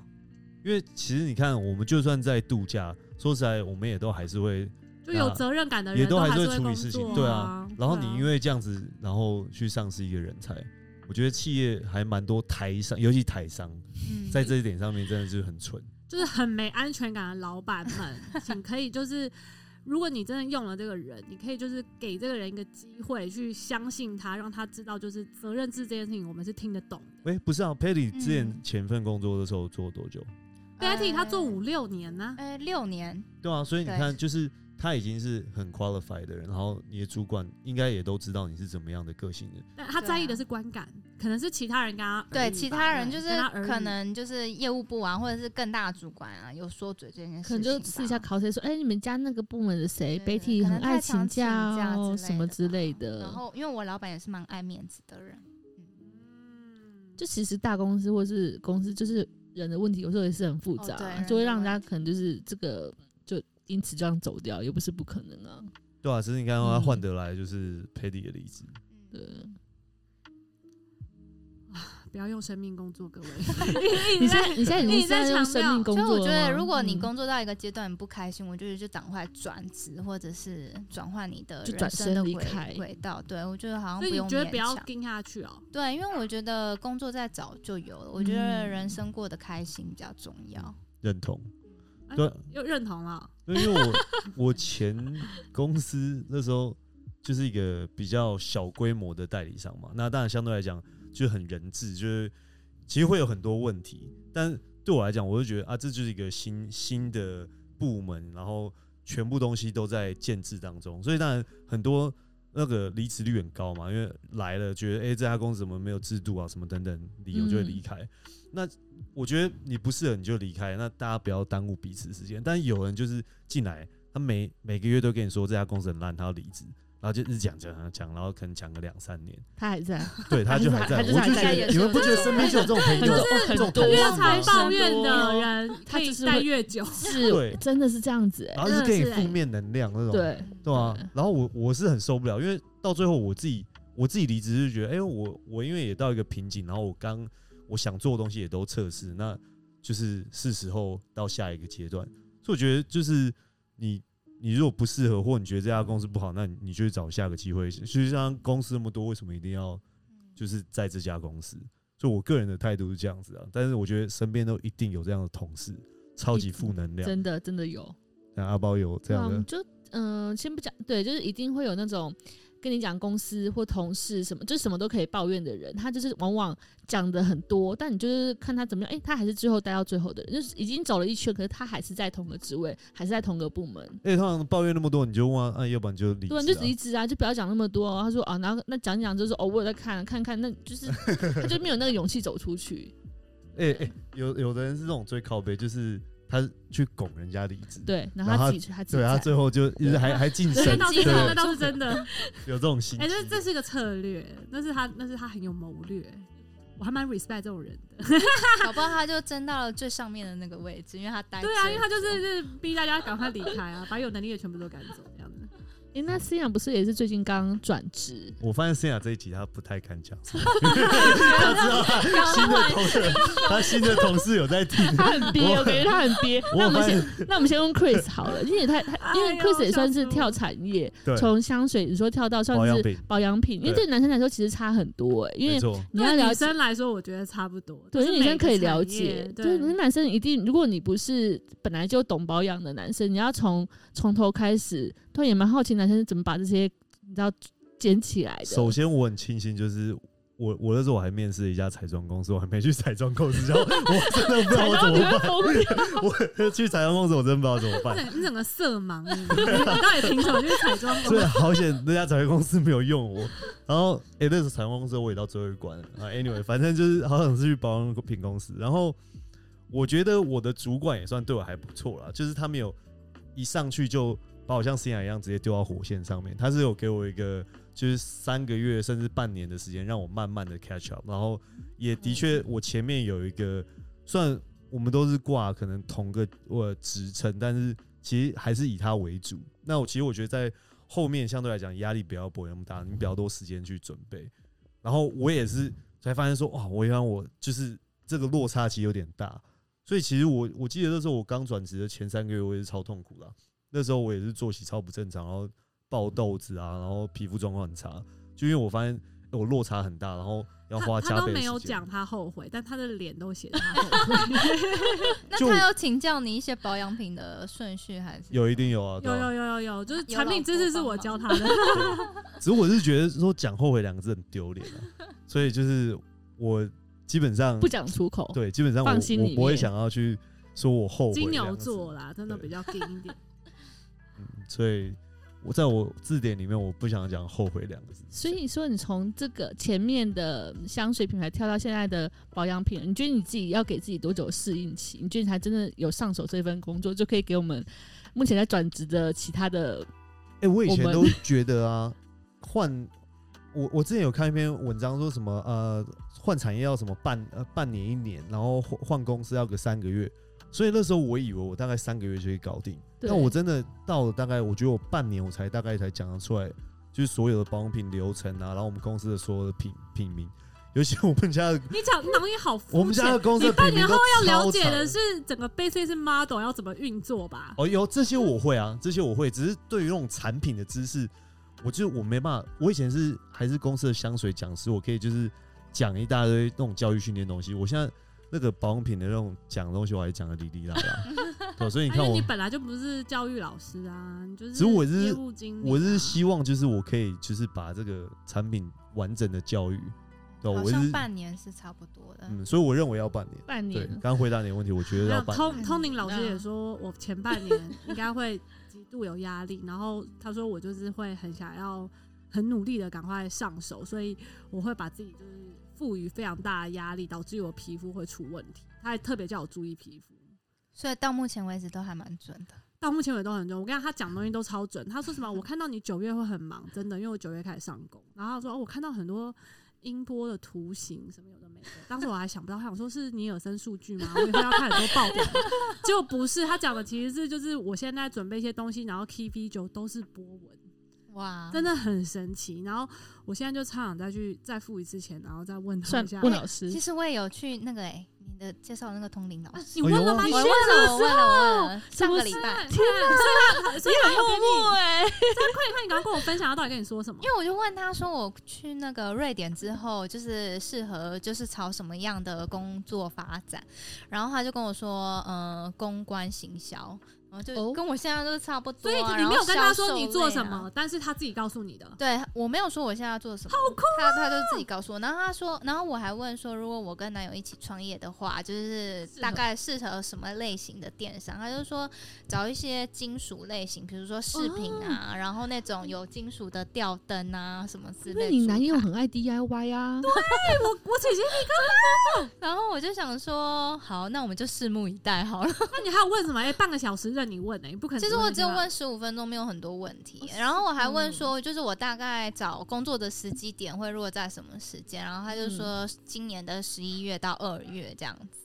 Speaker 2: 因为其实你看，我们就算在度假，说实在，我们也都还是会，
Speaker 1: 就有责任感的人
Speaker 2: 啊也都还
Speaker 1: 还
Speaker 2: 是
Speaker 1: 是
Speaker 2: 会处理事情
Speaker 1: 工作
Speaker 2: 对
Speaker 1: 啊
Speaker 2: 啊。然后你因
Speaker 1: 为
Speaker 2: 为这样子，然后去丧失一个人才，我觉得企业还蛮多台商，尤其台商
Speaker 3: 嗯，
Speaker 2: 在这一点上面真的是很蠢。
Speaker 1: 就是很没安全感的老板们，请可以就是。如果你真的用了这个人，你可以就是给这个人一个机会去相信他，让他知道就是责任制这件事情我们是听得懂的。
Speaker 2: 哎、不是啊，Patty 之前
Speaker 3: 嗯
Speaker 2: 前份工作的时候做多久？
Speaker 1: Betty 啊他做
Speaker 3: 呃
Speaker 1: 五六年呢、
Speaker 3: 呃六年，
Speaker 2: 对啊，所以你
Speaker 3: 对
Speaker 2: 看，就是他已经是很 qualified 的人，然后你的主管应该也都知道你是怎么样的个性的。
Speaker 1: 但
Speaker 4: 呃
Speaker 1: 他在意的是观感，可能是其他人跟他
Speaker 3: 对
Speaker 1: 而已吧
Speaker 3: 其他人就是
Speaker 1: 跟他而已
Speaker 3: 可能就是业务部啊，或者是更大的主管啊，有说嘴这件事情吧，
Speaker 4: 可能就私下考谁说，哎、你们家那个部门的谁
Speaker 3: 对
Speaker 4: ，Betty
Speaker 3: 可能
Speaker 4: 很爱
Speaker 3: 太常
Speaker 4: 请假
Speaker 3: 请假
Speaker 4: 哦，
Speaker 3: 之类
Speaker 4: 什么
Speaker 3: 的
Speaker 4: 之
Speaker 3: 吧
Speaker 4: 类的。
Speaker 3: 然后因为我老板也是蛮爱面子的人，
Speaker 4: 就其实大公司或是公司，就是人的问题，有时候也是很复
Speaker 3: 哦
Speaker 4: 杂，
Speaker 3: 对人
Speaker 4: 就会
Speaker 3: 的
Speaker 4: 让人
Speaker 3: 问
Speaker 4: 家可能就是这个就因此这样走掉，也不是不可能啊。
Speaker 2: 对啊，只是你看他
Speaker 4: 嗯
Speaker 2: 换得来就是 Patty 的例子。
Speaker 3: 嗯
Speaker 4: 对，
Speaker 1: 不要用生命工作，各
Speaker 4: <laughs>
Speaker 1: 位。
Speaker 4: 你现在你现在已
Speaker 1: 一
Speaker 4: 经
Speaker 1: 直
Speaker 4: 是
Speaker 1: 在
Speaker 4: 在用
Speaker 1: 强
Speaker 4: 生
Speaker 1: 调
Speaker 4: 命工
Speaker 3: 所以
Speaker 4: 作了吗，
Speaker 3: 我觉得，如果你
Speaker 4: 嗯
Speaker 3: 工作到一个阶段你不开心，我觉得就赶快转职，或者是转换你的
Speaker 4: 就
Speaker 3: 人
Speaker 4: 转
Speaker 3: 生
Speaker 4: 身
Speaker 3: 的
Speaker 4: 离
Speaker 3: 轨
Speaker 4: 开
Speaker 3: 轨道。对我觉得好像
Speaker 1: 所
Speaker 3: 不
Speaker 1: 以
Speaker 3: 用
Speaker 1: 你觉得不要
Speaker 3: 勉强
Speaker 1: 跟下去哦？
Speaker 3: 对，因为我觉得工作再早就有了，我觉得
Speaker 4: 嗯
Speaker 3: 人生过得开心比较重要。
Speaker 2: 认同。
Speaker 1: 哎
Speaker 2: 对，
Speaker 1: 又认同了。
Speaker 2: 因为我我前公司那时候就是一个比较小规模的代理商嘛，那当然相对来讲就很人质，就是其实会有很多问题，但对我来讲，我就觉得啊，这就是一个新新的部门，然后全部东西都在建制当中，所以当然很多那个离职率很高嘛，因为来了觉得哎、诶这家公司怎么没有制度啊什么等等理由就会离
Speaker 4: 嗯
Speaker 2: 开。那我觉得你不适合你就离开，那大家不要耽误彼此时间。但有人就是进来，他每每个月都跟你说这家公司很烂，他要离职，然后就一直讲讲讲讲，然后可能讲个两三年，
Speaker 4: 他还在，
Speaker 2: 对他就还在，我
Speaker 4: 他就是
Speaker 2: 就
Speaker 4: 还
Speaker 2: 觉
Speaker 4: 在
Speaker 2: 得你们不觉得身边就有这种朋友，这种同
Speaker 4: 多
Speaker 1: 越
Speaker 2: 事
Speaker 1: 常
Speaker 4: 嘛
Speaker 2: 吗？
Speaker 1: 抱怨的人，
Speaker 4: 啊他
Speaker 1: 可以
Speaker 4: 就是
Speaker 1: 待
Speaker 4: 会
Speaker 1: 越久。
Speaker 4: 是
Speaker 2: 对
Speaker 4: 真的是这样子哎、
Speaker 2: 然后就是给你负面能量那种，
Speaker 3: 嗯
Speaker 4: 对，
Speaker 2: 对啊
Speaker 4: 对。
Speaker 2: 然后我我是很受不了，因为到最后我自己我自己离职是觉得，哎、我我因为也到一个瓶颈，然后我刚我想做的东西也都测试，那就是是时候到下一个阶段。所以我觉得就是你你如果不适合，或你觉得这家公司不好，那你你就去找下个机会。其实像公司那么多，为什么一定
Speaker 4: 嗯
Speaker 2: 要就是在这家公司？所以我个人的态度是这样子啊，但是我觉得身边都一定有这样的同事，超级负能量。
Speaker 4: 真的真的有。
Speaker 2: 像阿包有这
Speaker 4: 对啊，
Speaker 2: 样
Speaker 4: 我
Speaker 2: 的
Speaker 4: 们，就嗯、呃先不讲，对，就是一定会有那种跟你讲公司或同事什么，就是什么都可以抱怨的人，他就是往往讲的很多，但你就是看他怎么样，哎、他还是最后待到最后的人，就是已经走了一圈，可是他还是在同个职位，还是在同个部门。
Speaker 2: 哎、通常抱怨那么多，你就问啊，啊要不然就离职、
Speaker 4: 对
Speaker 2: 啊。
Speaker 4: 啊，你就离职啊，就不要讲那么多、他说啊，然后那讲讲就是哦，我有在看看看，那就是他就没有那个勇气走出去。
Speaker 2: 哎、哎、有有的人是这种最靠背，就是他去拱人家离职，
Speaker 4: 对，啊然
Speaker 2: 然
Speaker 4: 后
Speaker 2: 后他
Speaker 4: 他自己他自己
Speaker 2: 对他
Speaker 4: 在
Speaker 2: 最后就一直还还晋
Speaker 1: 对，
Speaker 2: 升，
Speaker 1: 那倒是
Speaker 2: 对，
Speaker 1: 真的，那倒是真的。
Speaker 2: 有这种心机。
Speaker 1: 哎，这这是个策略，那是他，那是他很有谋略。我还蛮 respect 这种人的。
Speaker 3: 搞不好他就争到了最上面的那个位置，因为他待
Speaker 1: 对啊，
Speaker 3: 最
Speaker 1: 因为他就
Speaker 3: 久
Speaker 1: <laughs> 是就是逼大家赶快离开啊，把有能力的全部都赶走这样子。哎、
Speaker 4: 诶那思雅不是也是最近刚转
Speaker 2: <laughs>
Speaker 4: 职？
Speaker 2: 我发现森雅这一集她不太敢讲，她知道她新的同事，她新的同事有在听。
Speaker 4: 他很憋，
Speaker 2: 我
Speaker 4: 我感觉他很憋。那
Speaker 2: 我
Speaker 4: 我们
Speaker 2: 发
Speaker 4: 先，
Speaker 2: 现
Speaker 4: 那我们先问 Chris 好了，因为他他因为
Speaker 1: 哎呦
Speaker 4: Chris 也
Speaker 1: 笑
Speaker 4: 算是
Speaker 1: 死我
Speaker 4: 跳产业，
Speaker 2: 对
Speaker 4: 从香水你说跳到算
Speaker 2: 保养
Speaker 4: 是
Speaker 2: 品，
Speaker 4: 保养品，因为
Speaker 2: 对
Speaker 4: 对男生来说其实差很多、欸，因
Speaker 2: 没
Speaker 4: 为
Speaker 2: 错，
Speaker 4: 你要了
Speaker 1: 女
Speaker 4: 解。
Speaker 1: 生来说，我觉得差不多。
Speaker 4: 对，
Speaker 1: 就是
Speaker 4: 因为女生可以
Speaker 1: 每个
Speaker 4: 了
Speaker 1: 产
Speaker 4: 解
Speaker 1: 业，
Speaker 4: 对，可是
Speaker 1: 对，
Speaker 4: 男生一定，如果你不是本来就懂保养的男生，你要从从头开始，对，也蛮好奇男生是怎么把这些你知道捡起来的。
Speaker 2: 首先我很庆幸，就是我我那时候我还面试了一家彩妆公司，我还没去彩妆公司，然后我真的不知道我
Speaker 4: 然后
Speaker 2: 怎
Speaker 4: 你
Speaker 2: 么
Speaker 4: 会疯掉，
Speaker 2: 办，我 <laughs> 去彩妆公司我真不知道怎么办，
Speaker 1: 对你整个色盲，你知道吗你到底凭什么去彩妆公
Speaker 2: <laughs> 所以
Speaker 1: 司？
Speaker 2: 好险那家彩妆公司没有用我。然后哎、那时候彩妆公司我也到最后一关了啊，anyway，反正就是好想是去保养品公司，然后我觉得我的主管也算对我还不错啦，就是他们有一上去就把我像新雅一样直接丢到火线上面，他是有给我一个就是三个月甚至半年的时间让我慢慢的 catch up，然后也的确我前面有一个算我们都是挂可能同个呃职称，但是其实还是以他为主。那我其实我觉得在后面相对来讲压力不要不会那么大，你比较多时间去准备。然后我也是才发现说，哇，我原来我就是这个落差其实有点大，所以其实我我记得那时候我刚转职的前三个月，我也是超痛苦啦。那时候我也是作息超不正常，然后爆痘子啊，然后皮肤状况很差，就因为我发现欸我落差很大，然后要花
Speaker 1: 他
Speaker 2: 加
Speaker 1: 他都
Speaker 2: 倍的
Speaker 1: 没
Speaker 2: 时
Speaker 1: 有
Speaker 2: 间。
Speaker 1: 讲他后悔，但他的脸都写着他后悔。
Speaker 2: <laughs>
Speaker 3: 那
Speaker 2: 就
Speaker 3: 他有请教你一些保养品的顺序还是？
Speaker 2: 有一定有啊，对
Speaker 1: 有
Speaker 2: 啊
Speaker 1: 有有有有，就是
Speaker 3: 有
Speaker 1: 产
Speaker 3: 老
Speaker 1: 品知识
Speaker 3: 婆
Speaker 1: 是
Speaker 3: 帮
Speaker 1: 我
Speaker 3: 忙
Speaker 1: 教他的。
Speaker 2: 只是我是觉得说讲后悔两个字很丢脸啊，所以就是我基本上
Speaker 4: 不讲出口。
Speaker 2: 对，基本上我
Speaker 4: 放心里
Speaker 2: 我不会
Speaker 4: 面
Speaker 2: 想要去说我后悔
Speaker 1: 金
Speaker 2: 这
Speaker 1: 牛
Speaker 2: 样子
Speaker 1: 座，啦，真的
Speaker 2: 对
Speaker 1: 比较硬一点。
Speaker 2: 所以我在我字典里面我不想讲后悔两个字，
Speaker 4: 所以你说你从这个前面的香水品牌跳到现在的保养品，你觉得你自己要给自己多久适应期？你觉得你才真的有上手这份工作，就可以给我们目前在转职的其他的
Speaker 2: 哎、我以
Speaker 4: 我
Speaker 2: 前
Speaker 4: 们
Speaker 2: 都觉得啊，换我我之前有看一篇文章说什么呃换产业要什么半呃半年一年，然后换换公司要个三个月，所以那时候我以为我大概三个月就可以搞定，
Speaker 4: 对
Speaker 2: 但我真的到了大概我觉得我半年我才大概才讲得出来，就是所有的保养品流程啊，然后我们公司的所有的品品名，尤其我们家的
Speaker 1: 你讲行业好
Speaker 2: 我
Speaker 1: 肤
Speaker 2: 们家的
Speaker 1: 浅。
Speaker 2: 公司
Speaker 1: 你
Speaker 2: 的品
Speaker 1: 半
Speaker 2: 名
Speaker 1: 年
Speaker 2: 都
Speaker 1: 后要了解
Speaker 2: 超
Speaker 1: 的
Speaker 2: 长
Speaker 1: 是整个 basic 是 model 要怎么运作吧？
Speaker 2: 哦，有这些我会啊，这些我会，只是对于那种产品的知识，我就是我没办法。我以前是还是公司的香水讲师，我可以就是讲一大堆那种教育训练的东西。我现在那个保养品的那种讲的东西，我还讲的哩哩啦
Speaker 3: <laughs>
Speaker 2: 啦。对，所以你
Speaker 1: 啊因
Speaker 2: 看
Speaker 1: 为
Speaker 2: 我
Speaker 1: 你，本来就不是教育老师啊，你就是
Speaker 2: 只是我是
Speaker 1: 业务经理啊
Speaker 2: 我是希望就是我可以就是把这个产品完整的教育，对，
Speaker 3: 好
Speaker 2: 我
Speaker 3: 像
Speaker 2: 是
Speaker 3: 半年是差不多的。
Speaker 2: 嗯，所以我认为要半年。
Speaker 4: 半
Speaker 2: 对
Speaker 4: 年，
Speaker 2: 刚回答你的问题，我觉得
Speaker 1: 没
Speaker 2: 要
Speaker 1: 有
Speaker 2: 半年。
Speaker 1: 通通灵老师也说，我前半年应该会极度有压力，然后他说我就是会很想要很努力的赶快上手，所以我会把自己就是赋予非常大的压力，导致于我皮肤会出问题。他还特别叫我注意皮肤。
Speaker 3: 所以到目前为止都还蛮准的。
Speaker 1: 到目前为止都很准，我跟你讲，他讲
Speaker 3: 嗯
Speaker 1: 东西都超准。他说什么？我看到你九月会很忙，真的，因为我九月开始上工。然后他说，哦，我看到很多音波的图形，什么有的没的。当时我还想不到，他想说是尼尔森数据吗？我以后要看很多
Speaker 3: <laughs>
Speaker 1: 报表吗，结果不是。他讲的其实是就是我现在准备一些东西，然后 K V 九都是波纹，
Speaker 3: 哇，
Speaker 1: 真的很神奇。然后我现在就超想再去再付一次钱，然后再问他
Speaker 4: 算
Speaker 1: 一下。
Speaker 4: 问老师
Speaker 3: 其，实我也有去那个哎、你的介绍的那个通灵老
Speaker 1: 啊
Speaker 3: 师，
Speaker 1: 你问了吗？
Speaker 2: 哎
Speaker 1: 你
Speaker 2: 呦
Speaker 3: 我
Speaker 1: 去
Speaker 3: 问
Speaker 1: 的时
Speaker 3: 了，
Speaker 1: 候
Speaker 3: 我问了，我问了，上个
Speaker 4: 是
Speaker 3: 礼
Speaker 1: 是
Speaker 3: <laughs>
Speaker 1: 天啊！
Speaker 3: 拜，
Speaker 1: 所以他所以他有给你，
Speaker 4: 哎，
Speaker 1: 快
Speaker 3: 欸
Speaker 1: 点快点，赶快跟我分享，他到底跟你说什么
Speaker 3: 因？为我就问他说，我去那个瑞典之后，就是适合就是朝什么样的工作发展，然后他就跟我说，呃，公关行销，然后
Speaker 4: 哦
Speaker 3: 就跟我现在都是差不多
Speaker 1: 所以
Speaker 3: 啊、
Speaker 1: 你
Speaker 3: 然
Speaker 1: 没
Speaker 3: 后
Speaker 1: 有跟他
Speaker 3: 销
Speaker 1: 说
Speaker 3: 售
Speaker 1: 你做
Speaker 3: 类
Speaker 1: 什
Speaker 3: 啊
Speaker 1: 么，但是他自己告诉你的。
Speaker 3: 对我没有说我现在要做什么，好酷、他他
Speaker 4: 哦
Speaker 3: 就自己告诉我，然后他说，然后我还问说，如果我跟男友一起创业的话，就是
Speaker 1: 适合
Speaker 3: 大概适合什么类型的电商？他就说找一些金属类型，比如说饰品
Speaker 4: 哦
Speaker 3: 啊，然后那种有金属的吊灯啊什么之
Speaker 4: 因
Speaker 3: 类的。
Speaker 4: 为你男友很爱 DIY 啊，
Speaker 1: 哎，我我姐姐，
Speaker 3: 然后我就想说，好，那我们就拭目以待好了。
Speaker 1: 那你还有问什么？哎，半个小时任你问呢，你不可能。
Speaker 3: 其实我只有问十五分钟，没有很多问题。然后我还问说，就是我大概找工作的时机点会嗯落在什么时间？然后他就说今年的十一月到二月这样子。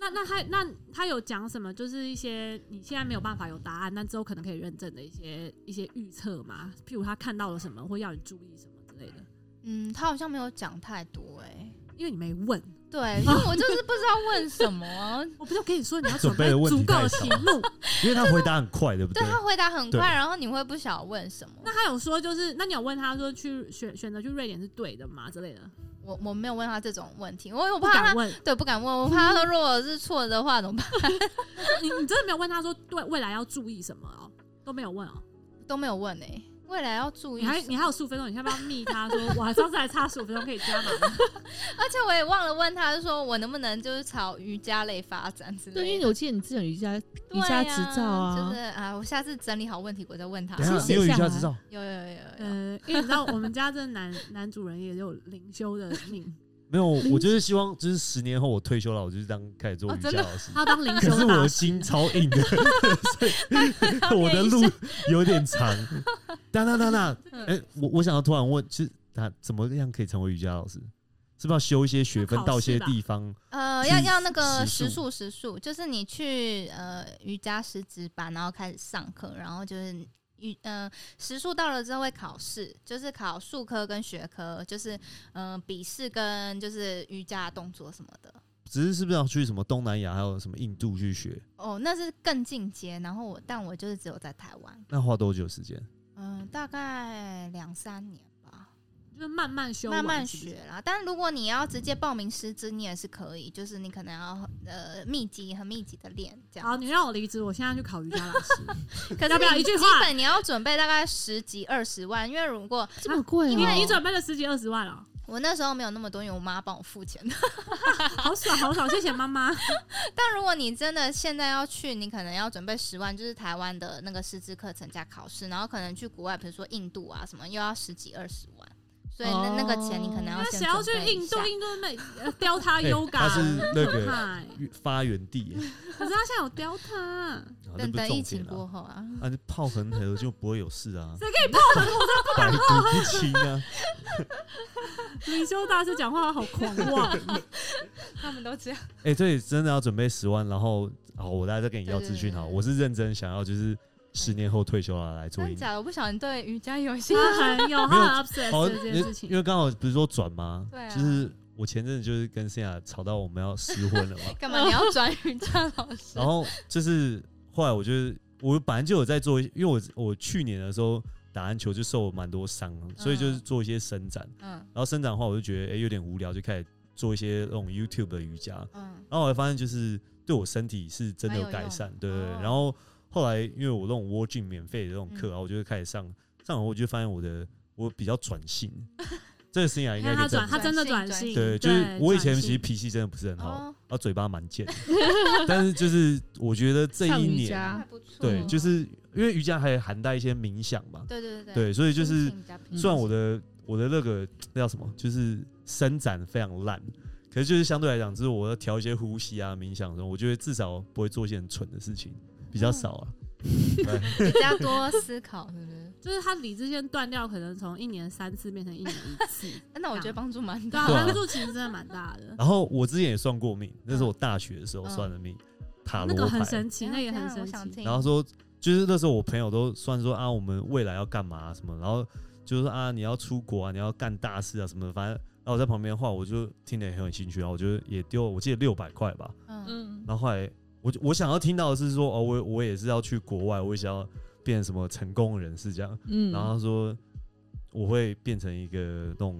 Speaker 1: 那那他那他有讲什么？就是一些你现在没有办法有答案，但之后可能可以认证的一些一些预测嘛？譬如他看到了什么，或要你注意什么之类的。
Speaker 3: 嗯，他好像没有讲太多哎、
Speaker 1: 因为你没问，
Speaker 3: 对，因为我就是不知道问什么啊、
Speaker 1: 我不就跟你说你要
Speaker 2: 准备
Speaker 1: 备
Speaker 2: 的问题
Speaker 1: 足够
Speaker 2: 太
Speaker 1: 的
Speaker 2: 少
Speaker 1: 题目？
Speaker 2: 因为他回答很快，对不
Speaker 3: 对他回答很
Speaker 2: 对
Speaker 3: 快，然后你会不晓得问什么。
Speaker 1: 那他有说就是，那你有问他说去选选择去瑞典是对的吗之类的？
Speaker 3: 我我没有问他这种问题，我我
Speaker 1: 不
Speaker 3: 怕
Speaker 1: 敢
Speaker 3: 他
Speaker 1: 问，
Speaker 3: 对不敢问，我怕 <laughs> 他如果是错的话怎么办？
Speaker 1: 你你真的没有问他说对未来要注意什么哦，都没有问哦。
Speaker 3: 都没有问哎、未来要注意
Speaker 1: 你还
Speaker 3: 什么
Speaker 1: 你还有十五分钟，你要不要密他说， <laughs> 我上次还差十五分钟可以加满？
Speaker 3: 而且我也忘了问他，就说我能不能就是朝瑜伽类发展之类的。
Speaker 4: 对，因为我记得你之前有瑜伽
Speaker 3: 对
Speaker 4: 瑜伽执照
Speaker 3: 啊，
Speaker 4: 啊
Speaker 3: 就是，啊，我下次整理好问题我再问他。
Speaker 2: 等一
Speaker 4: 是
Speaker 2: 下，
Speaker 4: 写
Speaker 2: 你有瑜
Speaker 4: 下
Speaker 2: 伽
Speaker 4: 来
Speaker 2: 执照？
Speaker 3: 有有有有
Speaker 4: 嗯
Speaker 3: 有，
Speaker 1: 呃，因为你知道我们家这男男主人也有灵修的命，<laughs>
Speaker 2: 没有，我就是希望，就是十年后我退休了，我就是当开始做
Speaker 1: 哦
Speaker 2: 瑜伽
Speaker 1: 真的
Speaker 2: 老师。
Speaker 1: 他要当灵
Speaker 2: <laughs> 可是
Speaker 1: 修
Speaker 2: 我
Speaker 1: 大
Speaker 2: 的
Speaker 1: 师。
Speaker 2: 心超硬
Speaker 1: <laughs>
Speaker 2: 的，所以 <laughs> 我的路 <laughs> 有点长。
Speaker 1: <laughs>
Speaker 2: 当当当当，
Speaker 1: 嗯
Speaker 2: 哎，我我想要突然问，就是他怎么样可以成为瑜伽老师？是不是要修一些学分
Speaker 1: 要考
Speaker 2: 到一
Speaker 1: 试
Speaker 2: 些
Speaker 1: 吧
Speaker 2: 地方？
Speaker 3: <laughs> 呃，
Speaker 2: 是
Speaker 3: 要要那个
Speaker 2: 时
Speaker 3: 时
Speaker 2: 速
Speaker 3: 速时速，就是你去呃瑜伽师资班，然后开始上课，然后就是瑜呃时速到了之后会考试，就是考术科跟学科，就是嗯笔试跟就是瑜伽动作什么的。
Speaker 2: 只是是不是要去什么东南亚，还有什么印度去学？
Speaker 3: 哦，那是更进阶，然后我但我就是只有在台湾，
Speaker 2: 那花多久时间？
Speaker 3: 嗯、大概两三年吧。
Speaker 1: 就是慢慢修完，
Speaker 3: 慢慢
Speaker 1: 是不是
Speaker 3: 学啦。但如果你要直接报名师资，你也是可以，就是你可能要呃密集很密集的练这样。
Speaker 1: 好，你让我离职，我现在去考瑜伽老师。
Speaker 3: 可
Speaker 1: 要
Speaker 3: 是
Speaker 1: 不要
Speaker 3: 你
Speaker 1: 一句
Speaker 3: 基
Speaker 1: 话
Speaker 3: 本你要准备大概十几二十万，因为如果
Speaker 4: 这么贵
Speaker 1: 因为你
Speaker 4: 哦。
Speaker 1: 准备了十几二十万哦了，
Speaker 3: 我那时候没有那么多，因为我妈帮我付钱。
Speaker 1: 好爽好爽，谢谢妈妈。
Speaker 3: <laughs> 但如果你真的现在要去，你可能要准备十万，就是台湾的那个师资课程加考试，然后可能去国外，比如说印度啊什么，又要十几二十万。所以那、哦那个钱你可能要
Speaker 1: 那
Speaker 3: 先
Speaker 1: 谁要去
Speaker 3: 准备一
Speaker 1: 印度？
Speaker 3: 下
Speaker 1: 印度美呃雕他
Speaker 2: 哎
Speaker 1: yoga，
Speaker 2: 他是那
Speaker 1: 很可
Speaker 2: 个
Speaker 1: 怕欸
Speaker 2: 发源
Speaker 1: <laughs>
Speaker 2: 地，
Speaker 1: 可是他现在有雕他，
Speaker 2: 啊那
Speaker 3: 等
Speaker 2: 不是
Speaker 3: 等
Speaker 2: 重
Speaker 3: 疫情
Speaker 2: 点啊
Speaker 3: 过。后啊，
Speaker 2: 啊，你泡很久就不会有事
Speaker 1: <laughs>
Speaker 2: 啊，
Speaker 1: 谁可以
Speaker 2: 百毒不侵啊。
Speaker 1: 灵修大师讲话好狂妄，
Speaker 3: <laughs> 他们都这样。
Speaker 2: <laughs> 哎、对，真的要准备十万，然后好，我大家再跟你要资讯好。
Speaker 3: 对对对
Speaker 2: 我是认真想要，就是十年后退休了来做
Speaker 3: 真
Speaker 2: 音乐。
Speaker 3: 的假的？我不晓得你对瑜伽有兴趣。
Speaker 1: 他很有他很 obsessed
Speaker 2: 哦
Speaker 1: 这件事
Speaker 2: 因
Speaker 1: 情。
Speaker 2: 因为刚好不是说转吗？
Speaker 3: 对啊
Speaker 2: 就是我前阵子就是跟森雅吵到我们要失婚
Speaker 3: <laughs>，
Speaker 2: 了嘛
Speaker 3: 干嘛？你要转瑜伽老师？
Speaker 2: 然后就是后来我就是我本来就有在做，因为我我去年的时候打篮球就受蛮多伤，所以就是做一些伸展，
Speaker 3: 嗯
Speaker 2: 然后伸展的话我就觉得哎、有点无聊，就开始做一些那种 YouTube 的瑜伽，
Speaker 3: 嗯，
Speaker 2: 然后我还发现就是对我身体是真的有改善，对对对。
Speaker 3: 哦
Speaker 2: 然后后来因为我那种 w o r g i n 免费的这种课啊，然后我就开始上，上完我就发现我的我比较转性，这个生涯应
Speaker 1: 你
Speaker 2: 该
Speaker 1: 看他
Speaker 2: 可以这
Speaker 1: 转，
Speaker 2: 样
Speaker 1: 他
Speaker 2: 讲。
Speaker 1: 真的
Speaker 3: 转
Speaker 1: 转
Speaker 3: 性
Speaker 1: 性。
Speaker 2: 对，就是我以前
Speaker 1: 转
Speaker 2: 其实
Speaker 1: 性
Speaker 2: 脾气真的不是很好，然
Speaker 3: 哦，
Speaker 2: 后嘴巴蛮贱的，但是就是我觉得这
Speaker 4: 上
Speaker 2: 一
Speaker 4: 瑜
Speaker 2: 年，
Speaker 4: 伽
Speaker 3: 还不错。
Speaker 2: 对，就是因为瑜伽还含带一些冥想嘛，
Speaker 3: 对对对
Speaker 2: 对，所以就
Speaker 3: 心
Speaker 2: 是
Speaker 3: 情比较平
Speaker 4: 嗯
Speaker 2: 虽然我的我的那个那叫什么，就是伸展非常烂，可是就是相对来讲，就是我要调一些呼吸啊、冥想什么，我觉得至少不会做一些很蠢的事情，比较少啊。
Speaker 1: 嗯
Speaker 3: 比较多思考，是不是？
Speaker 1: 就是他理智线断掉，可能从一年三次变成一年一
Speaker 2: <laughs>
Speaker 1: 次，
Speaker 3: <laughs> 那我觉得帮助蛮
Speaker 1: 对啊，
Speaker 3: 大
Speaker 2: 对啊
Speaker 1: 帮助其实真的蛮大的。
Speaker 2: 然后我之前也算过命，那是我大学的时候
Speaker 3: 嗯
Speaker 2: 算的命，塔
Speaker 1: 嗯那
Speaker 2: 罗
Speaker 1: 个很
Speaker 2: 牌。
Speaker 1: 神奇，那也很
Speaker 3: 啊我
Speaker 1: 神
Speaker 3: 想
Speaker 1: 奇。
Speaker 3: 听。
Speaker 2: 然后说，就是那时候我朋友都算说啊，我们未来要干嘛、啊什么，然后就是说啊，你要出国啊，你要干大事啊什么的，反正。然后我在旁边的话，我就听得也很有兴趣，然后我就也丢，我记得六百块吧，
Speaker 3: 嗯，
Speaker 4: 嗯，
Speaker 2: 然后后来我就我想要听到的是说，哦，我我也是要去国外，我也想要变成什么成功人士这样。
Speaker 4: 嗯
Speaker 2: 然后他说我会变成一个那种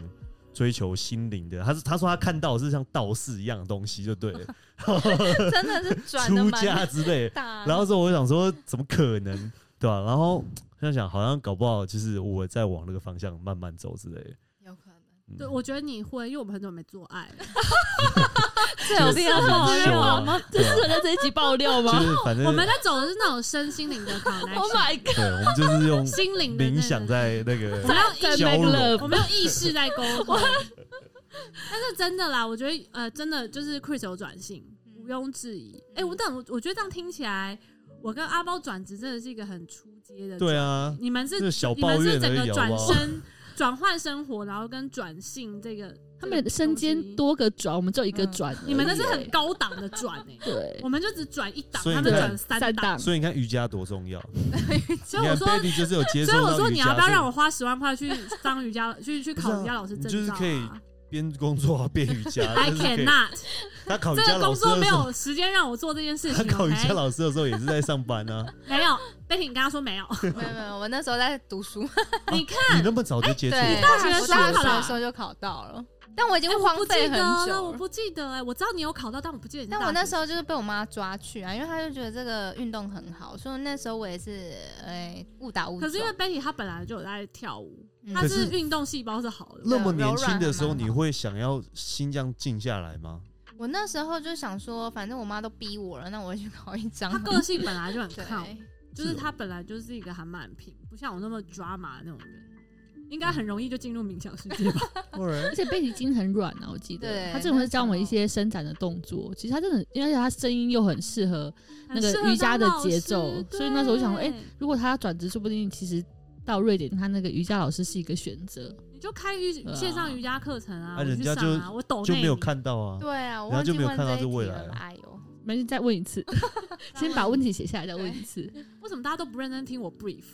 Speaker 2: 追求心灵的，他是他说他看到的是像道士一样的东西就对
Speaker 1: <laughs>
Speaker 2: 了，
Speaker 3: 真的是
Speaker 1: 啊
Speaker 3: 转的
Speaker 2: 出
Speaker 3: 蛮
Speaker 2: 家之类。
Speaker 3: 大。
Speaker 2: 然后说我想说怎么可能，对吧、然后想想好像搞不好就是我在往那个方向慢慢走之类的。嗯
Speaker 3: 有可能
Speaker 1: 对，我觉得你会，因为我们很久没做爱了，
Speaker 4: 这有必要爆料吗？
Speaker 2: 对
Speaker 4: 这
Speaker 2: 啊
Speaker 4: 适合在这一集爆料
Speaker 2: 就
Speaker 4: 吗
Speaker 2: 是反正
Speaker 1: 我们在走的是那种身心灵的
Speaker 3: <laughs>
Speaker 4: ？Oh
Speaker 1: connection，
Speaker 4: my god！
Speaker 2: 对，我们就
Speaker 1: <laughs>
Speaker 2: 是用
Speaker 1: 心灵的那
Speaker 2: 冥
Speaker 1: 个
Speaker 2: 想在那个
Speaker 1: 我们要
Speaker 4: 在
Speaker 2: 交
Speaker 4: Make
Speaker 2: 融
Speaker 4: Love
Speaker 1: 我没有意识在沟通。但是真的啦，我觉得呃，真的就是 Chris 有转性，
Speaker 3: 嗯
Speaker 1: 毋庸置疑。哎、
Speaker 3: 嗯
Speaker 1: 我但我我觉得这样听起来，我跟阿包转职真的是一个很出街的。
Speaker 2: 对，啊，
Speaker 1: 你们是
Speaker 2: 这小
Speaker 1: 你
Speaker 2: 抱
Speaker 1: 们是
Speaker 2: 怨而
Speaker 1: 整个
Speaker 2: 已，好
Speaker 1: 转
Speaker 2: 不好？
Speaker 1: 身 <laughs> 转换生活，然后跟转性这个，
Speaker 4: 他
Speaker 1: 这
Speaker 4: 们
Speaker 1: 个
Speaker 4: 身
Speaker 1: 东西嗯
Speaker 4: 兼，多个转，我们只有一个转而已。欸
Speaker 1: 你们那是很高档的转哎、
Speaker 4: 对，
Speaker 1: 我们就只转一档，
Speaker 2: 所以
Speaker 1: 他
Speaker 2: 你
Speaker 1: 们
Speaker 2: 看
Speaker 1: 转三
Speaker 4: 三
Speaker 1: 档。
Speaker 4: 档，
Speaker 2: 所以你看瑜伽多重要，
Speaker 1: 所以我
Speaker 2: 你看
Speaker 1: 说，
Speaker 2: Betty 就是有接受
Speaker 1: 所以
Speaker 2: 到瑜伽，
Speaker 1: 我说你要不要让
Speaker 2: 我
Speaker 1: 我花十万块去当瑜伽，去去
Speaker 2: 不是
Speaker 1: 考
Speaker 2: 啊
Speaker 1: 瑜伽老师证照、啊？
Speaker 2: 就是可以边工作
Speaker 1: <laughs>
Speaker 2: 啊边瑜伽
Speaker 1: I
Speaker 2: 就是可以
Speaker 1: cannot，
Speaker 2: 他考瑜
Speaker 1: 这
Speaker 2: 伽
Speaker 1: 个
Speaker 2: 老
Speaker 1: 工
Speaker 2: 师的
Speaker 1: 作没
Speaker 2: 时候，
Speaker 1: 有时间让我做这件事
Speaker 2: 他
Speaker 1: 情。
Speaker 2: 考瑜
Speaker 1: OK，哎
Speaker 2: 伽老师的时候也是在上
Speaker 1: <laughs>
Speaker 2: 班啊。
Speaker 1: 没有，Betty，你跟他说没有。
Speaker 3: 没有没有，我那时候在
Speaker 2: <laughs>
Speaker 3: 读书，
Speaker 1: 你
Speaker 2: 看你那么早就接触，
Speaker 3: 对，
Speaker 1: 大学
Speaker 3: 我
Speaker 1: 时
Speaker 3: 大
Speaker 1: 候
Speaker 3: 学
Speaker 1: 啦
Speaker 3: 的时候就考到了，但我已经
Speaker 1: 哎我
Speaker 3: 荒
Speaker 1: 不记
Speaker 3: 废很
Speaker 1: 得了，
Speaker 3: 久
Speaker 1: 我
Speaker 3: 了。
Speaker 1: 不记得哎、我知道你有考到，但我不记得你。
Speaker 3: 但我那时，候就是被我妈抓去啊，因为她就觉得这个运动很好，所以那时候我也是哎误打误
Speaker 1: 可
Speaker 3: 撞。
Speaker 1: 是因为 Betty 她本来就有在跳舞，
Speaker 3: 嗯
Speaker 1: 她
Speaker 2: 可是
Speaker 1: 是运动细胞是好的。
Speaker 2: 那么年
Speaker 3: 柔软
Speaker 2: 轻的时候，
Speaker 3: 还蛮好
Speaker 2: 你会想要心这样静下来吗？
Speaker 3: 我那时候就想说，反正我妈都逼我了，那我也去考一张
Speaker 1: 她。个性本来就很
Speaker 3: 对，
Speaker 1: 靠，就是她本来就是一个还蛮平，不像我那么 drama 的那种人，应该很容易就进入冥想世界吧？
Speaker 4: 而且贝体筋很软啊，我记得
Speaker 3: 对
Speaker 4: 他这种会教我们一些伸展的动作。其实他真的很，因为他声音又很适合。 <laughs> 那个
Speaker 1: 很适合
Speaker 4: 瑜伽的
Speaker 1: 当老
Speaker 4: 节
Speaker 1: 师
Speaker 4: 奏所以那时候我想说哎，
Speaker 1: 对
Speaker 4: 如果他要转职，说不定其实到瑞典，他那个瑜伽老师是一个选择。
Speaker 1: 你就开瑜
Speaker 4: 对啊
Speaker 1: 线上瑜伽课程啊，
Speaker 2: 啊
Speaker 1: 我去
Speaker 2: 人家
Speaker 1: 上啊，我抖
Speaker 2: 就
Speaker 1: 内
Speaker 2: 没有
Speaker 1: 你
Speaker 2: 看到啊。
Speaker 3: 对啊，
Speaker 2: 然
Speaker 3: 我
Speaker 2: 后
Speaker 3: 忘
Speaker 2: 就
Speaker 3: 记
Speaker 2: 没有
Speaker 3: 问
Speaker 2: 看到
Speaker 3: 这一
Speaker 2: 这未
Speaker 3: 题
Speaker 2: 来啊
Speaker 3: 了啦。哎呦，
Speaker 4: 没事，再问
Speaker 1: <laughs>
Speaker 4: 一次，先把问题写下来，再问一次。
Speaker 1: 为什么大家都不认真听我 brief？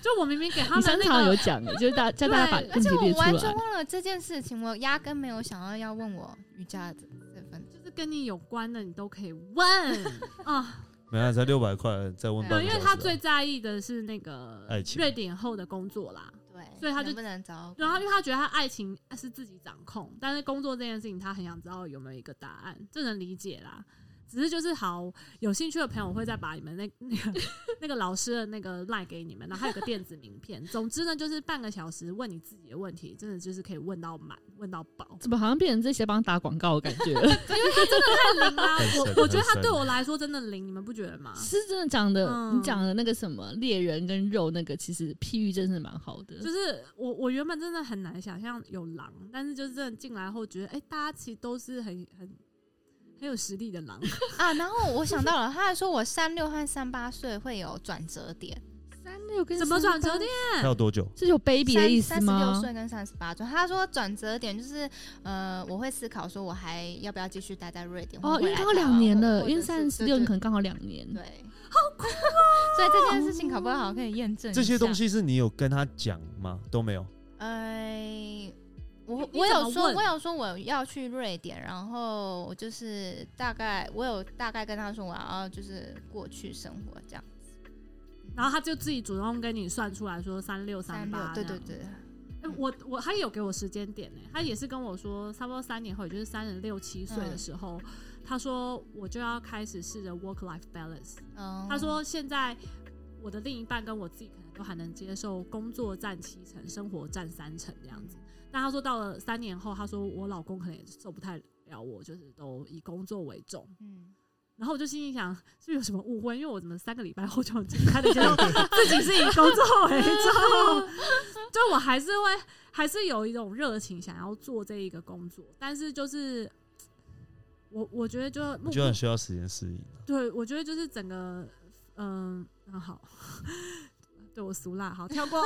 Speaker 1: 就我明明给他们
Speaker 4: 你上
Speaker 1: 那
Speaker 4: 场有
Speaker 1: 个，
Speaker 4: 讲的，就是大叫大家把
Speaker 1: 对
Speaker 4: 问题列
Speaker 3: 我
Speaker 4: 出来
Speaker 3: 完。全忘了这件事情，我压根没有想到要问我瑜伽的这份。
Speaker 1: 就是跟你有关的，你都可以
Speaker 2: <laughs>
Speaker 1: 问啊。
Speaker 2: 没啊，才六百块，再问半
Speaker 3: 对
Speaker 1: 对，
Speaker 2: 个
Speaker 1: 因为
Speaker 2: 小
Speaker 1: 他
Speaker 2: 时啊
Speaker 1: 最在意的是那个
Speaker 2: 爱情
Speaker 1: 瑞典后的工作啦。
Speaker 3: 对，
Speaker 1: 所以他就
Speaker 3: 能不能找
Speaker 1: 然后，因为他觉得他爱情是自己掌控，但是工作这件事情，他很想知道有没有一个答案，这能理解啦。只是就是好，有兴趣的朋友我会再把你们那 <laughs> 那个那个老师的那个赖给你们，然后还有个电子名片。总之呢，就是半个小时问你自己的问题，真的就是可以问到满，问到饱。 <laughs>
Speaker 4: 怎么好像变成这些帮打广告的感觉了？
Speaker 1: 太灵啦！
Speaker 2: 很神
Speaker 1: 我我觉得
Speaker 2: 很
Speaker 1: 他
Speaker 2: 神
Speaker 1: 对我来说真的灵，你们不觉得吗？
Speaker 4: 是真的讲的，
Speaker 1: 啊嗯
Speaker 4: 你讲的那个什么猎人跟肉那个，其实譬喻真是蛮好的。
Speaker 1: <laughs> 就是我我原本真的很难想象有狼，但是就是真的进来后觉得，哎、大家其实都是很很很有实力的狼。
Speaker 3: 啊？然后我想到了，他还说我三六和三八岁会有转折点，
Speaker 4: 三六跟
Speaker 1: 怎么转折点？
Speaker 2: 还有多久？
Speaker 4: 是有 baby 的意思
Speaker 3: 三十六
Speaker 4: 吗？
Speaker 3: 岁跟三十八岁。他说转折点就是呃，我会思考说我还要不要继续待在瑞典？
Speaker 4: 哦，
Speaker 3: 或
Speaker 4: 因
Speaker 3: 回
Speaker 4: 为
Speaker 3: 来台
Speaker 4: 刚好
Speaker 3: 湾
Speaker 4: 两年了，
Speaker 1: 哦
Speaker 3: 或
Speaker 4: 因为
Speaker 3: 或者
Speaker 4: 三
Speaker 3: 是
Speaker 4: 十六，你
Speaker 3: 对
Speaker 4: 可能刚好两年。
Speaker 3: 对，嗯好酷啊！所以这件事情考不好可以验证一
Speaker 2: 这些东
Speaker 3: 下。
Speaker 2: 西是你有跟他讲吗？都没有。
Speaker 3: 哎，我
Speaker 1: 你
Speaker 3: 我
Speaker 1: 怎么
Speaker 3: 有说，
Speaker 1: 问
Speaker 3: 我有说我要去瑞典，然后我就是大概我有大概跟他说我要就是过去生活这样，
Speaker 1: 然后他就自己主动跟你算出来说三六
Speaker 3: 三六
Speaker 1: 八，
Speaker 3: 对对。对，
Speaker 1: 哎我我他也有给我时间点呢、他也是跟我说，差不多三年后，也就是三十六七岁的
Speaker 3: 嗯
Speaker 1: 时候，他说我就要开始试着 work life balance。
Speaker 3: 嗯，
Speaker 1: 他说现在我的另一半跟我自己可能都还能接受工作占七成，生活占三成这样子。
Speaker 3: 嗯
Speaker 1: 但他说到了三年后，他说我老公可能也受不太了我，就是都以工作为重。
Speaker 3: 嗯，
Speaker 1: 然后我就心里想，是有什么误会？因为我怎么三个礼拜后就很简单的接受自己是以工作为
Speaker 2: <laughs>
Speaker 1: 重，就我还是会还是有一种热情想要做这一个工作，但是就是我我觉得就
Speaker 2: 我
Speaker 1: 目
Speaker 2: 觉得很需要时间适应。
Speaker 1: 对，我觉得就是整个，嗯，很好， <laughs> 对我俗辣，好跳过。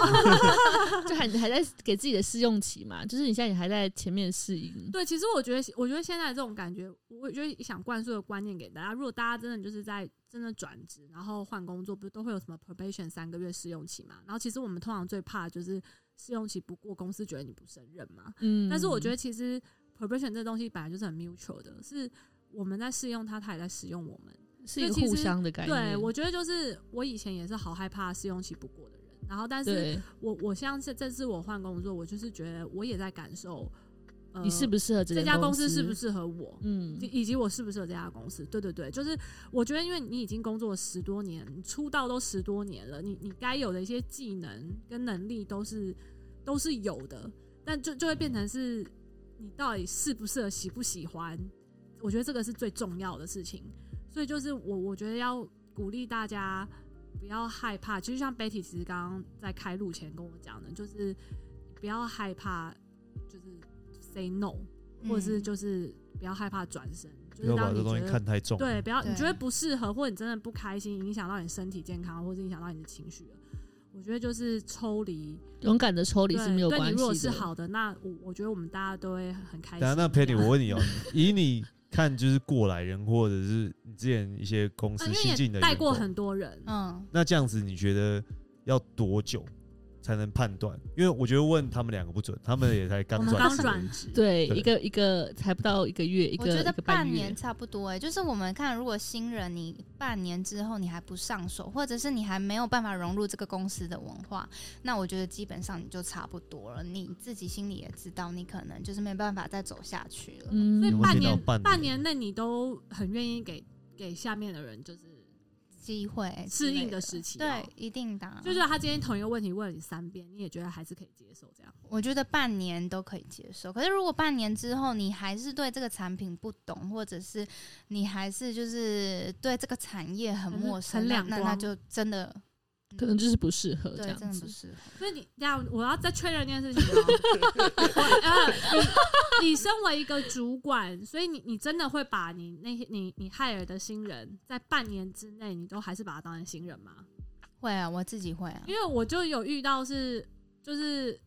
Speaker 4: 就还还在给自己的试用期嘛，就是你现在也还在前面适应。
Speaker 1: 对，其实我觉得，我觉得现在这种感觉，我觉得想灌输的观念给大家，如果大家真的就是在真的转职，然后换工作，不是都会有什么 probation 三个月试用期嘛？然后其实我们通常最怕的就是试用期不过，公司觉得你不胜任嘛。
Speaker 4: 嗯，
Speaker 1: 但是我觉得其实 probation 这东西本来就是很 mutual 的，是我们在试用他，他也在使用我们。
Speaker 4: 是一个
Speaker 1: 所以其
Speaker 4: 互
Speaker 1: 实
Speaker 4: 相的概念。
Speaker 1: 对，我觉得就是我以前也是好害怕试用期不过的人，然后但是
Speaker 4: 对
Speaker 1: 我我像这这次我换工作，我就是觉得我也在感受，呃，
Speaker 4: 你适不适合这
Speaker 1: 这
Speaker 4: 间
Speaker 1: 家
Speaker 4: 公
Speaker 1: 公司适不？适合我，
Speaker 4: 嗯，
Speaker 1: 以以及我适不适合这家公司。对对对，就是我觉得，因为你已经工作十多年，你出道都十多年了，你你该有的一些技能跟能力都是都是有的，但就就会变成是你到底适不适合、喜不喜欢，我觉得这个是最重要的事情。所以就是我我觉得要鼓励大家不要害怕，其实像 Betty 其实刚刚在开录前跟我讲的，就是不要害怕，就是 say no。或者是
Speaker 3: 嗯
Speaker 1: 就是不要害怕转身，就
Speaker 2: 不
Speaker 1: 是
Speaker 2: 要把
Speaker 1: 当
Speaker 2: 这
Speaker 1: 你
Speaker 2: 东
Speaker 1: 觉
Speaker 2: 西
Speaker 1: 得
Speaker 2: 看太重。
Speaker 1: 对，不要你
Speaker 3: 对
Speaker 1: 觉得不适合，或者你真的不开心，影响到你身体健康，或者影响到你的情绪了，我觉得就是抽离，
Speaker 4: 勇敢的抽离
Speaker 1: 对，
Speaker 4: 是没有
Speaker 1: 对你
Speaker 4: 关
Speaker 1: 如果
Speaker 4: 系
Speaker 1: 是
Speaker 4: 的。
Speaker 1: 好的，那我我觉得我们大家都会很开心这样。
Speaker 2: 等下那 Penny，我问你哦、以你看就是过来人，或者是你之前一些公
Speaker 1: 呃
Speaker 2: 司
Speaker 1: 因为
Speaker 2: 新进
Speaker 1: 也
Speaker 2: 的
Speaker 1: 带
Speaker 2: 员
Speaker 1: 过
Speaker 2: 工
Speaker 1: 很多人，
Speaker 3: 嗯，
Speaker 2: 那这样子，你觉得要多久才能判断？因为我觉得问他们两个不准，他们也才
Speaker 1: 我
Speaker 2: 刚
Speaker 1: 们
Speaker 2: 转
Speaker 1: 刚
Speaker 2: 职而
Speaker 1: 转
Speaker 2: 已。
Speaker 1: 职，
Speaker 4: 对，
Speaker 2: 对
Speaker 4: 一个一个才不到一个月，一
Speaker 3: 我
Speaker 4: 个
Speaker 3: 觉得
Speaker 4: 一个半
Speaker 3: 半
Speaker 4: 月
Speaker 3: 年，差不多哎、就是我们看，如果新人你半年之后你还不上手，或者是你还没有办法融入这个公司的文化，那我觉得基本上你就差不多了。你自己心里也知道，你可能就是没办法再走下去了。
Speaker 4: 嗯
Speaker 1: 所以
Speaker 2: 有没有
Speaker 1: 半
Speaker 2: 听到
Speaker 1: 年
Speaker 2: 半
Speaker 1: 半
Speaker 2: 年
Speaker 1: 年内你都很愿意给给下面的人就是
Speaker 3: 机会之
Speaker 1: 适
Speaker 3: 类
Speaker 1: 应
Speaker 3: 的
Speaker 1: 的时期哦、
Speaker 3: 对，一定的啊、
Speaker 1: 就是他今天同一个问题问你三遍，你也觉得还是可以接受这样。
Speaker 3: 我觉得半年都可以接受，可是如果半年之后你还是对这个产品不懂，或者是你还是就是对这个产业很陌生，
Speaker 1: 很
Speaker 3: 那
Speaker 1: 两
Speaker 3: 那
Speaker 1: 光
Speaker 3: 那就真的
Speaker 4: 可能就是不适合这
Speaker 3: 对，真
Speaker 4: 样
Speaker 3: 的
Speaker 4: 子
Speaker 3: 不。适合。
Speaker 1: 所以你这样，我要再确认一件事情哦、我呃，你你身为一个主管，所以你你真的会把你那些你你害尔的新人，在半年之内，你都还是把他当成新人吗？
Speaker 3: 会啊，我自己会啊。
Speaker 1: 因为我就有遇到是，就是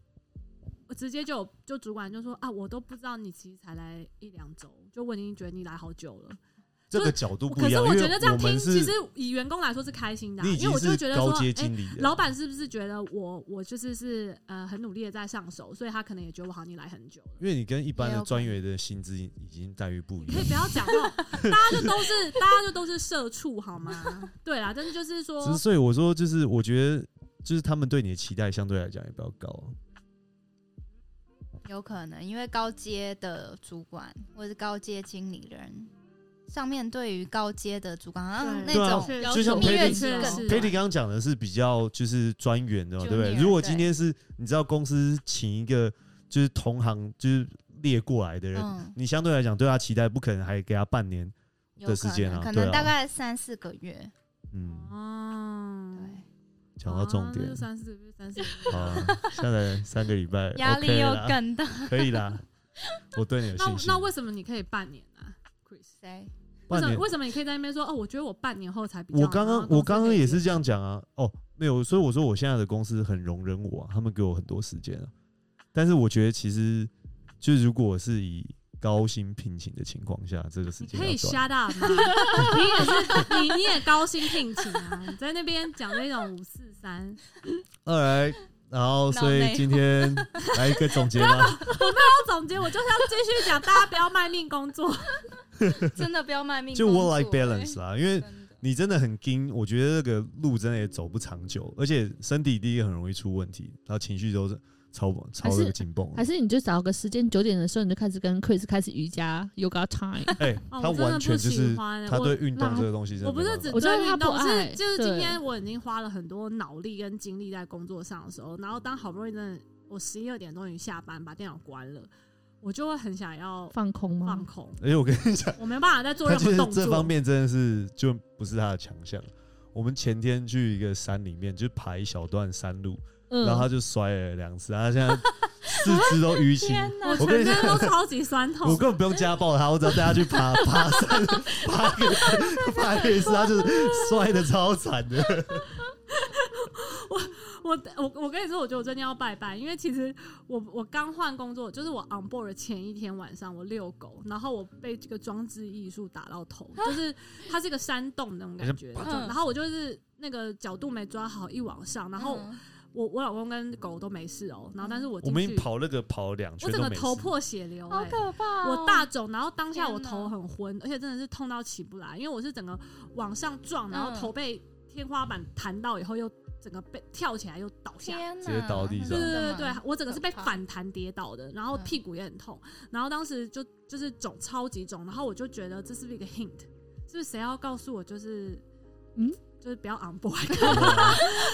Speaker 1: 我直接就有就主管就说啊，我都不知道你其实才来一两周，就我已经觉得你来好久了。
Speaker 2: 这个角度不
Speaker 1: 可
Speaker 2: 一
Speaker 1: 是
Speaker 2: 样，因
Speaker 1: 我
Speaker 2: 为
Speaker 1: 觉得这样
Speaker 2: 我
Speaker 1: 听，
Speaker 2: 们
Speaker 1: 其
Speaker 2: 是
Speaker 1: 实以员工来说是开心的啊、
Speaker 2: 你已
Speaker 1: 因为
Speaker 2: 经
Speaker 1: 我就是觉得
Speaker 2: 高
Speaker 1: 说，
Speaker 2: 阶
Speaker 1: 哎、
Speaker 2: 经理了，
Speaker 1: 老板是不是觉得我我就是是呃很努力的在上手，所以他可能也觉得我好像你来很久了。
Speaker 2: 因为你跟一般
Speaker 3: 也有
Speaker 2: 的
Speaker 3: 可
Speaker 2: 专员的薪资已经待遇不一
Speaker 1: 可以
Speaker 2: 样。
Speaker 1: 不要讲那种，大家就都是大家就都是社畜好吗？ <laughs> 对啦，但是就是说，
Speaker 2: 只是所以我说，就是我觉得，就是他们对你的期待相对来讲也比较高啊、
Speaker 3: 有可能，因为高阶的主管或者是高阶经理人，上面对于高阶的主管，好像那
Speaker 1: 对
Speaker 2: 啊
Speaker 3: 种
Speaker 1: 是
Speaker 2: 就像
Speaker 3: 蜜月
Speaker 2: Patty-
Speaker 3: 期
Speaker 1: 是
Speaker 3: 更
Speaker 1: 是
Speaker 2: 佩蒂刚刚讲的是比较就是专员的嘛，对不对？
Speaker 3: Junior，
Speaker 2: 如果今
Speaker 3: 对
Speaker 2: 天是你知道公司请一个就是同行就是列过来的人，
Speaker 3: 嗯，
Speaker 2: 你相对来讲对他期待不可能还给他半年，
Speaker 3: 有
Speaker 2: 的
Speaker 3: 可
Speaker 2: 时间
Speaker 3: 能，
Speaker 2: 啊
Speaker 3: 可
Speaker 2: 对
Speaker 3: 能
Speaker 2: 啊
Speaker 3: 大概三四个月。
Speaker 2: 嗯，
Speaker 1: 哦，
Speaker 3: 对，
Speaker 2: 讲到重
Speaker 1: 啊
Speaker 2: 点
Speaker 1: 那就，三四不是三四，
Speaker 2: 好啊， <laughs> 下来三个礼拜，
Speaker 3: 压
Speaker 2: OK
Speaker 3: 力又
Speaker 2: 啦
Speaker 3: 更大。
Speaker 2: 可以啦，我对你有
Speaker 1: <laughs> 那
Speaker 2: 信心
Speaker 1: 那。为什么你可以半年啊，Chris？
Speaker 3: <laughs> 谁？
Speaker 1: 为
Speaker 2: 半
Speaker 1: 什么
Speaker 2: 年，
Speaker 1: 为什么你可以在那边说哦？我觉得我半年后才比较。啊
Speaker 2: 我刚
Speaker 1: 然后
Speaker 2: 刚
Speaker 1: 公司
Speaker 2: 我刚刚
Speaker 1: 可以
Speaker 2: 也是这样讲啊，哦，没有，所以我说我现在的公司很容忍我啊，他们给我很多时间啊，但是我觉得其实就是如果是以高薪聘请的情况下，这个时
Speaker 1: 你
Speaker 2: 间
Speaker 1: 可以
Speaker 2: 要抓
Speaker 1: shut up 吗？ <laughs> 你也是你你也高薪聘请啊！你在那边讲那种五四三，
Speaker 2: 二来，然后所
Speaker 3: 脑
Speaker 2: 以
Speaker 3: 内
Speaker 1: <laughs>
Speaker 2: 今天来一个总结吧。
Speaker 1: 那总结我就是要继续讲，大家不要卖命工作。
Speaker 3: 真的不要卖
Speaker 2: <laughs>
Speaker 3: 命
Speaker 2: 就
Speaker 3: 工作
Speaker 2: work life
Speaker 3: 欸
Speaker 2: balance 啦，因为
Speaker 3: <laughs> 真的
Speaker 2: 你真的很盯，我觉得这个路真的也走不长久，而且身体第一个很容易出问题，然后情绪都是超超
Speaker 4: 还
Speaker 2: 那
Speaker 4: 是
Speaker 2: 个紧绷。
Speaker 4: 还是你就找个时间九点的时候，你就开始跟 Chris 开始瑜伽 yoga time。 <laughs>
Speaker 2: 哎、
Speaker 1: 哦
Speaker 2: 他
Speaker 1: 我真的
Speaker 2: 完全
Speaker 1: 不
Speaker 2: 就
Speaker 1: 喜
Speaker 2: 是
Speaker 1: 欢欸
Speaker 2: 他
Speaker 1: 我
Speaker 2: 对运动
Speaker 4: 那
Speaker 2: 这个东 <laughs> 西真的
Speaker 1: 我不
Speaker 2: 没办
Speaker 1: 是
Speaker 2: 法
Speaker 1: 只
Speaker 4: 我知道
Speaker 1: 对
Speaker 4: 他
Speaker 1: 运
Speaker 4: 不
Speaker 1: 动，是
Speaker 4: 爱
Speaker 1: 就是今
Speaker 4: 对
Speaker 1: 天我已经花了很多脑力跟精力在工作上的时候，然后当好不容易真的我十一二点终于下班，把电脑关了，我就会很想要
Speaker 4: 放空
Speaker 1: 放
Speaker 4: 吗？
Speaker 1: 空，
Speaker 2: 而且哎我跟你讲，
Speaker 1: 我没办法再做
Speaker 2: 他
Speaker 1: 任
Speaker 2: 其
Speaker 1: 何
Speaker 2: 实
Speaker 1: 动作。
Speaker 2: 这方面真的是就不是他的强项。我们前天去一个山里面，就爬一小段山路，
Speaker 4: 嗯，
Speaker 2: 然后他就摔了两次，他现在四肢都淤青。
Speaker 3: 天哪
Speaker 1: 我
Speaker 2: 我跟
Speaker 1: 全
Speaker 2: 你
Speaker 1: 身
Speaker 2: 讲
Speaker 1: 都超级酸痛
Speaker 2: 我。 <laughs> 根本不用家暴他，我只要带他去爬爬山，
Speaker 1: <laughs>
Speaker 2: 爬一个爬一个一次，他就是摔的超惨的。
Speaker 1: 我我我跟你说，我觉得我最近要拜拜，因为其实我我刚换工作，就是我 on board 的前一天晚上，我遛狗，然后我被这个装置艺术打到头，
Speaker 3: <laughs>
Speaker 1: 就是它是一个山洞那种感觉，
Speaker 3: 嗯
Speaker 1: 然后我就是那个角度没抓好，一往上，然后
Speaker 3: 嗯
Speaker 1: 我我老公跟狗都没事哦、然后但是我
Speaker 2: 我
Speaker 1: 进
Speaker 2: 们已
Speaker 1: 去
Speaker 2: 经，跑那个跑了两
Speaker 1: 我
Speaker 2: 圈
Speaker 1: 整
Speaker 2: 都
Speaker 1: 个
Speaker 2: 没事。
Speaker 1: 头破血流、
Speaker 3: 好
Speaker 1: 哎
Speaker 3: 可怕哦！
Speaker 1: 我大肿，然后当下我
Speaker 3: 天哪
Speaker 1: 头很昏，而且真的是痛到起不来，因为我是整个往上撞，然后
Speaker 3: 嗯
Speaker 1: 头被天花板弹到以后，又整个被跳起来又倒下来。
Speaker 3: 天哪，
Speaker 2: 直接倒地上
Speaker 1: 对
Speaker 2: 真
Speaker 1: 对对对，
Speaker 3: 真的吗
Speaker 1: 我整个是被
Speaker 3: 可怕
Speaker 1: 反弹跌倒的，然后
Speaker 3: 嗯
Speaker 1: 屁股也很痛，然后当时就就是肿，超级肿，然后我就觉得这是不是一个 hint，是不是谁要告诉我就是
Speaker 4: 嗯
Speaker 1: 嗯，就是不要 on board
Speaker 3: <laughs>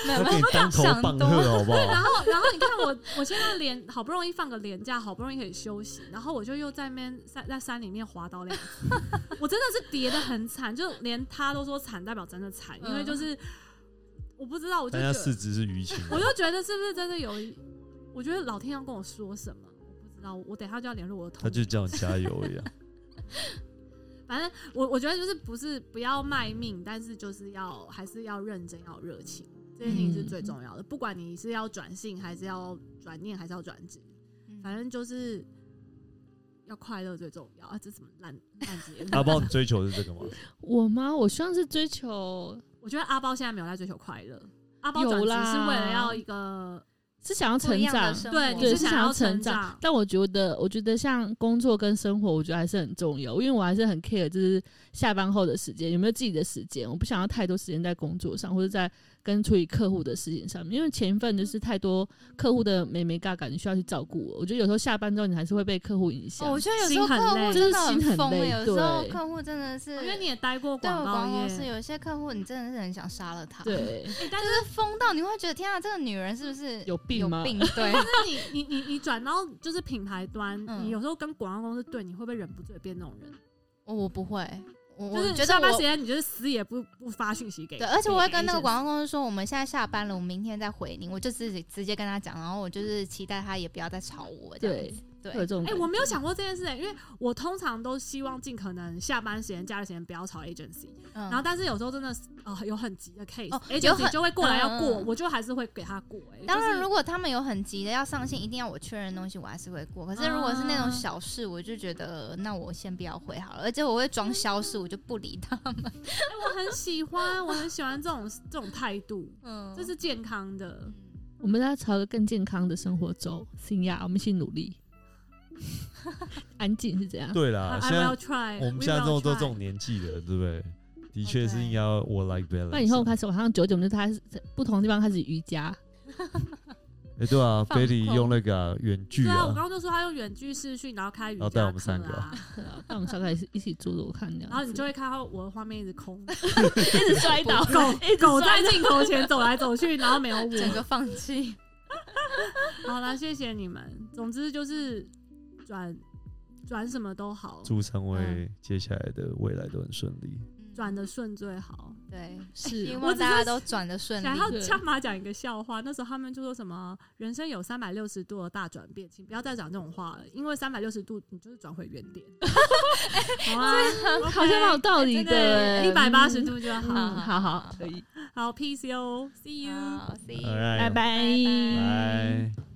Speaker 3: 没
Speaker 2: 啊他
Speaker 3: 有
Speaker 2: 给
Speaker 3: 没有
Speaker 2: 你当头棒喝好不
Speaker 1: 然
Speaker 2: 好？
Speaker 1: 后，然后你看我，我现在连好不容易放个年假，好不容易可以休息，然后我就又在那边山在山里面滑倒两次， <laughs> 我真的是跌得很惨，就连他都说惨，代表真的惨，因
Speaker 3: 嗯
Speaker 1: 为就是我不知道，我就
Speaker 2: 但
Speaker 1: 觉得
Speaker 2: 他四肢是淤青的，
Speaker 1: <laughs> 我就觉得是不是真的有一，我觉得老天要跟我说什么，我不知道，我等一下就要联络我的
Speaker 2: 他
Speaker 1: 同
Speaker 2: 就
Speaker 1: 事，
Speaker 2: 这样加油啊一样。
Speaker 1: 反正我我觉得就是不是不要卖命，但是就是要还是要认真，要有热情。这这件事情是最重要的。不管你是要转性，还是要转念，还是要转职，
Speaker 3: 嗯
Speaker 1: 反正就是要快乐最重要啊！这什么烂烂结论？
Speaker 2: 阿豹，你追求的是这个吗？
Speaker 4: 我吗？我希望是追求
Speaker 1: <laughs> 我觉得阿包现在没有在追求快乐，阿包转
Speaker 4: 有
Speaker 1: 职
Speaker 4: 啦
Speaker 1: 是为了要一个
Speaker 4: 是想要
Speaker 3: 不
Speaker 4: 成
Speaker 3: 一样的
Speaker 4: 长，
Speaker 3: 生活
Speaker 1: 对，你
Speaker 4: 对
Speaker 1: 是
Speaker 4: 是想
Speaker 1: 要
Speaker 4: 要成
Speaker 1: 长。
Speaker 4: 但我觉得，我觉得像工作跟生活，我觉得还是很重要，因为我还是很 care 就是下班后的时间有没有自己的时间，我不想要太多时间在工作上或者在跟处理客户的事情上面，因为前一份就是太多客户的美眉嘎嘎，你需要去照顾我。我觉得有时候下班之后你还是会被客户影响，
Speaker 3: 哦我觉得有时候
Speaker 1: 心很
Speaker 3: 客户
Speaker 1: 累
Speaker 3: 真的
Speaker 4: 就是心很
Speaker 3: 疯欸，
Speaker 4: 累
Speaker 3: 有时候
Speaker 4: 对
Speaker 3: 客户真的是，
Speaker 1: 因为你也待过
Speaker 3: 对我
Speaker 1: 广告
Speaker 3: 广告
Speaker 1: 业
Speaker 3: 公，司有一些客户，你真的是很想杀了他，，
Speaker 4: 对，
Speaker 1: 哎但是
Speaker 3: 就是疯到你会觉得天啊，这个女人是不是
Speaker 4: 有病
Speaker 3: 有
Speaker 4: 吗？
Speaker 3: 病？
Speaker 1: 但
Speaker 3: 对，
Speaker 1: 是你你你你转到就是品牌端，
Speaker 3: 嗯
Speaker 1: 你有时候跟广告公司对，你会不会忍不住也变那种人？
Speaker 3: 我我不会，我
Speaker 1: 就
Speaker 3: 我
Speaker 1: 是
Speaker 3: 觉得
Speaker 1: 下班时
Speaker 3: 我
Speaker 1: 间你就是死也不不发讯息给，
Speaker 3: 对，而且我会跟那个
Speaker 1: 广
Speaker 3: 广告公司说，我们现在下班了，我明天再回你，我就自己直接跟他讲，然后我就是期待他也不要再吵我这样
Speaker 4: 对
Speaker 3: 子，，
Speaker 4: 会有
Speaker 3: 对，
Speaker 4: 这种
Speaker 1: 哎、
Speaker 4: 感觉。
Speaker 1: 我没有想过这件事、欸，因为我通常都希望尽可能下班时间、假日时间不要吵 agency，、
Speaker 3: 嗯
Speaker 1: 然后但是有时候真的是呃有很急的 case，agency、
Speaker 3: 哦有
Speaker 1: agency
Speaker 3: 很
Speaker 1: 就会过来要过，
Speaker 3: 嗯嗯嗯
Speaker 1: 我就还是会给他过、欸。
Speaker 3: 当然，
Speaker 1: 就
Speaker 3: 如果他们有很急的要上线，一定要我确认的东西，我还是会过。可是如果是那
Speaker 1: 啊
Speaker 3: 种小事，我就觉得那我先不要回好了，而且我会装消失，我就不理他们。
Speaker 1: 是、哎我很喜欢，我很喜欢这种这种态
Speaker 3: <laughs>
Speaker 1: 度，
Speaker 3: 嗯，
Speaker 1: 这是健康的。 <laughs>
Speaker 4: 我们要朝着更健康的生活走，新亚，我们一起努 <laughs> 力。安静是怎样？
Speaker 2: 对
Speaker 1: I
Speaker 2: 啦，啊现
Speaker 1: I will
Speaker 2: 在
Speaker 1: try，
Speaker 2: 我们
Speaker 1: we
Speaker 2: 现在
Speaker 1: will
Speaker 2: 都都这
Speaker 1: try
Speaker 2: 种年纪了，对不对？的确是
Speaker 3: OK
Speaker 2: 应该要 work life balance。
Speaker 4: 那以后开始晚上九点，我们就开始在不同地方开始瑜 <laughs> 伽。
Speaker 2: 哎，对啊
Speaker 3: 放
Speaker 2: ，Betty
Speaker 3: 空
Speaker 2: 用那个啊远距
Speaker 1: 对啊，我
Speaker 2: 啊
Speaker 1: 刚，刚就说他用远距视讯，然后开瑜
Speaker 2: 然后
Speaker 1: 伽
Speaker 2: 带我们
Speaker 1: 课
Speaker 2: 三个
Speaker 1: 啊，
Speaker 4: 对啊，那我们小可以一起做做看，这样子。
Speaker 1: 然后你就会看到我的画面一直空，
Speaker 4: 一直摔倒，一直
Speaker 1: 狗
Speaker 4: 摔
Speaker 1: 在
Speaker 4: 倒
Speaker 1: 镜头前走来走去，然后没有我
Speaker 3: 整。个放弃。
Speaker 1: 好啦，谢谢你们。总之就是转转什么都好，
Speaker 2: 祝三位
Speaker 3: 嗯
Speaker 2: 接下来的未来都很顺利。
Speaker 1: 转的顺最好。
Speaker 3: 嗯对，希
Speaker 4: 是
Speaker 1: 我
Speaker 3: 望
Speaker 1: 只
Speaker 3: 大家
Speaker 1: 是
Speaker 3: 都转的顺
Speaker 1: 然
Speaker 3: 利。
Speaker 1: 后
Speaker 4: 对
Speaker 1: 枪马讲一个笑话，那时候他们就说什么人生有三百六十度的大转变，请不要再讲这种话了，因为三百六十度你就是转回原点。好啊，
Speaker 4: 好像蛮有道理
Speaker 3: 真的
Speaker 4: 哎的，
Speaker 1: 一百八十
Speaker 4: 嗯。
Speaker 1: 度就好。
Speaker 4: 嗯，好好，可以，
Speaker 1: 好，peace 哦，see you。
Speaker 3: 啊
Speaker 2: 哎
Speaker 3: 嗯好，see you，
Speaker 2: All right，
Speaker 4: 哎拜
Speaker 2: 拜。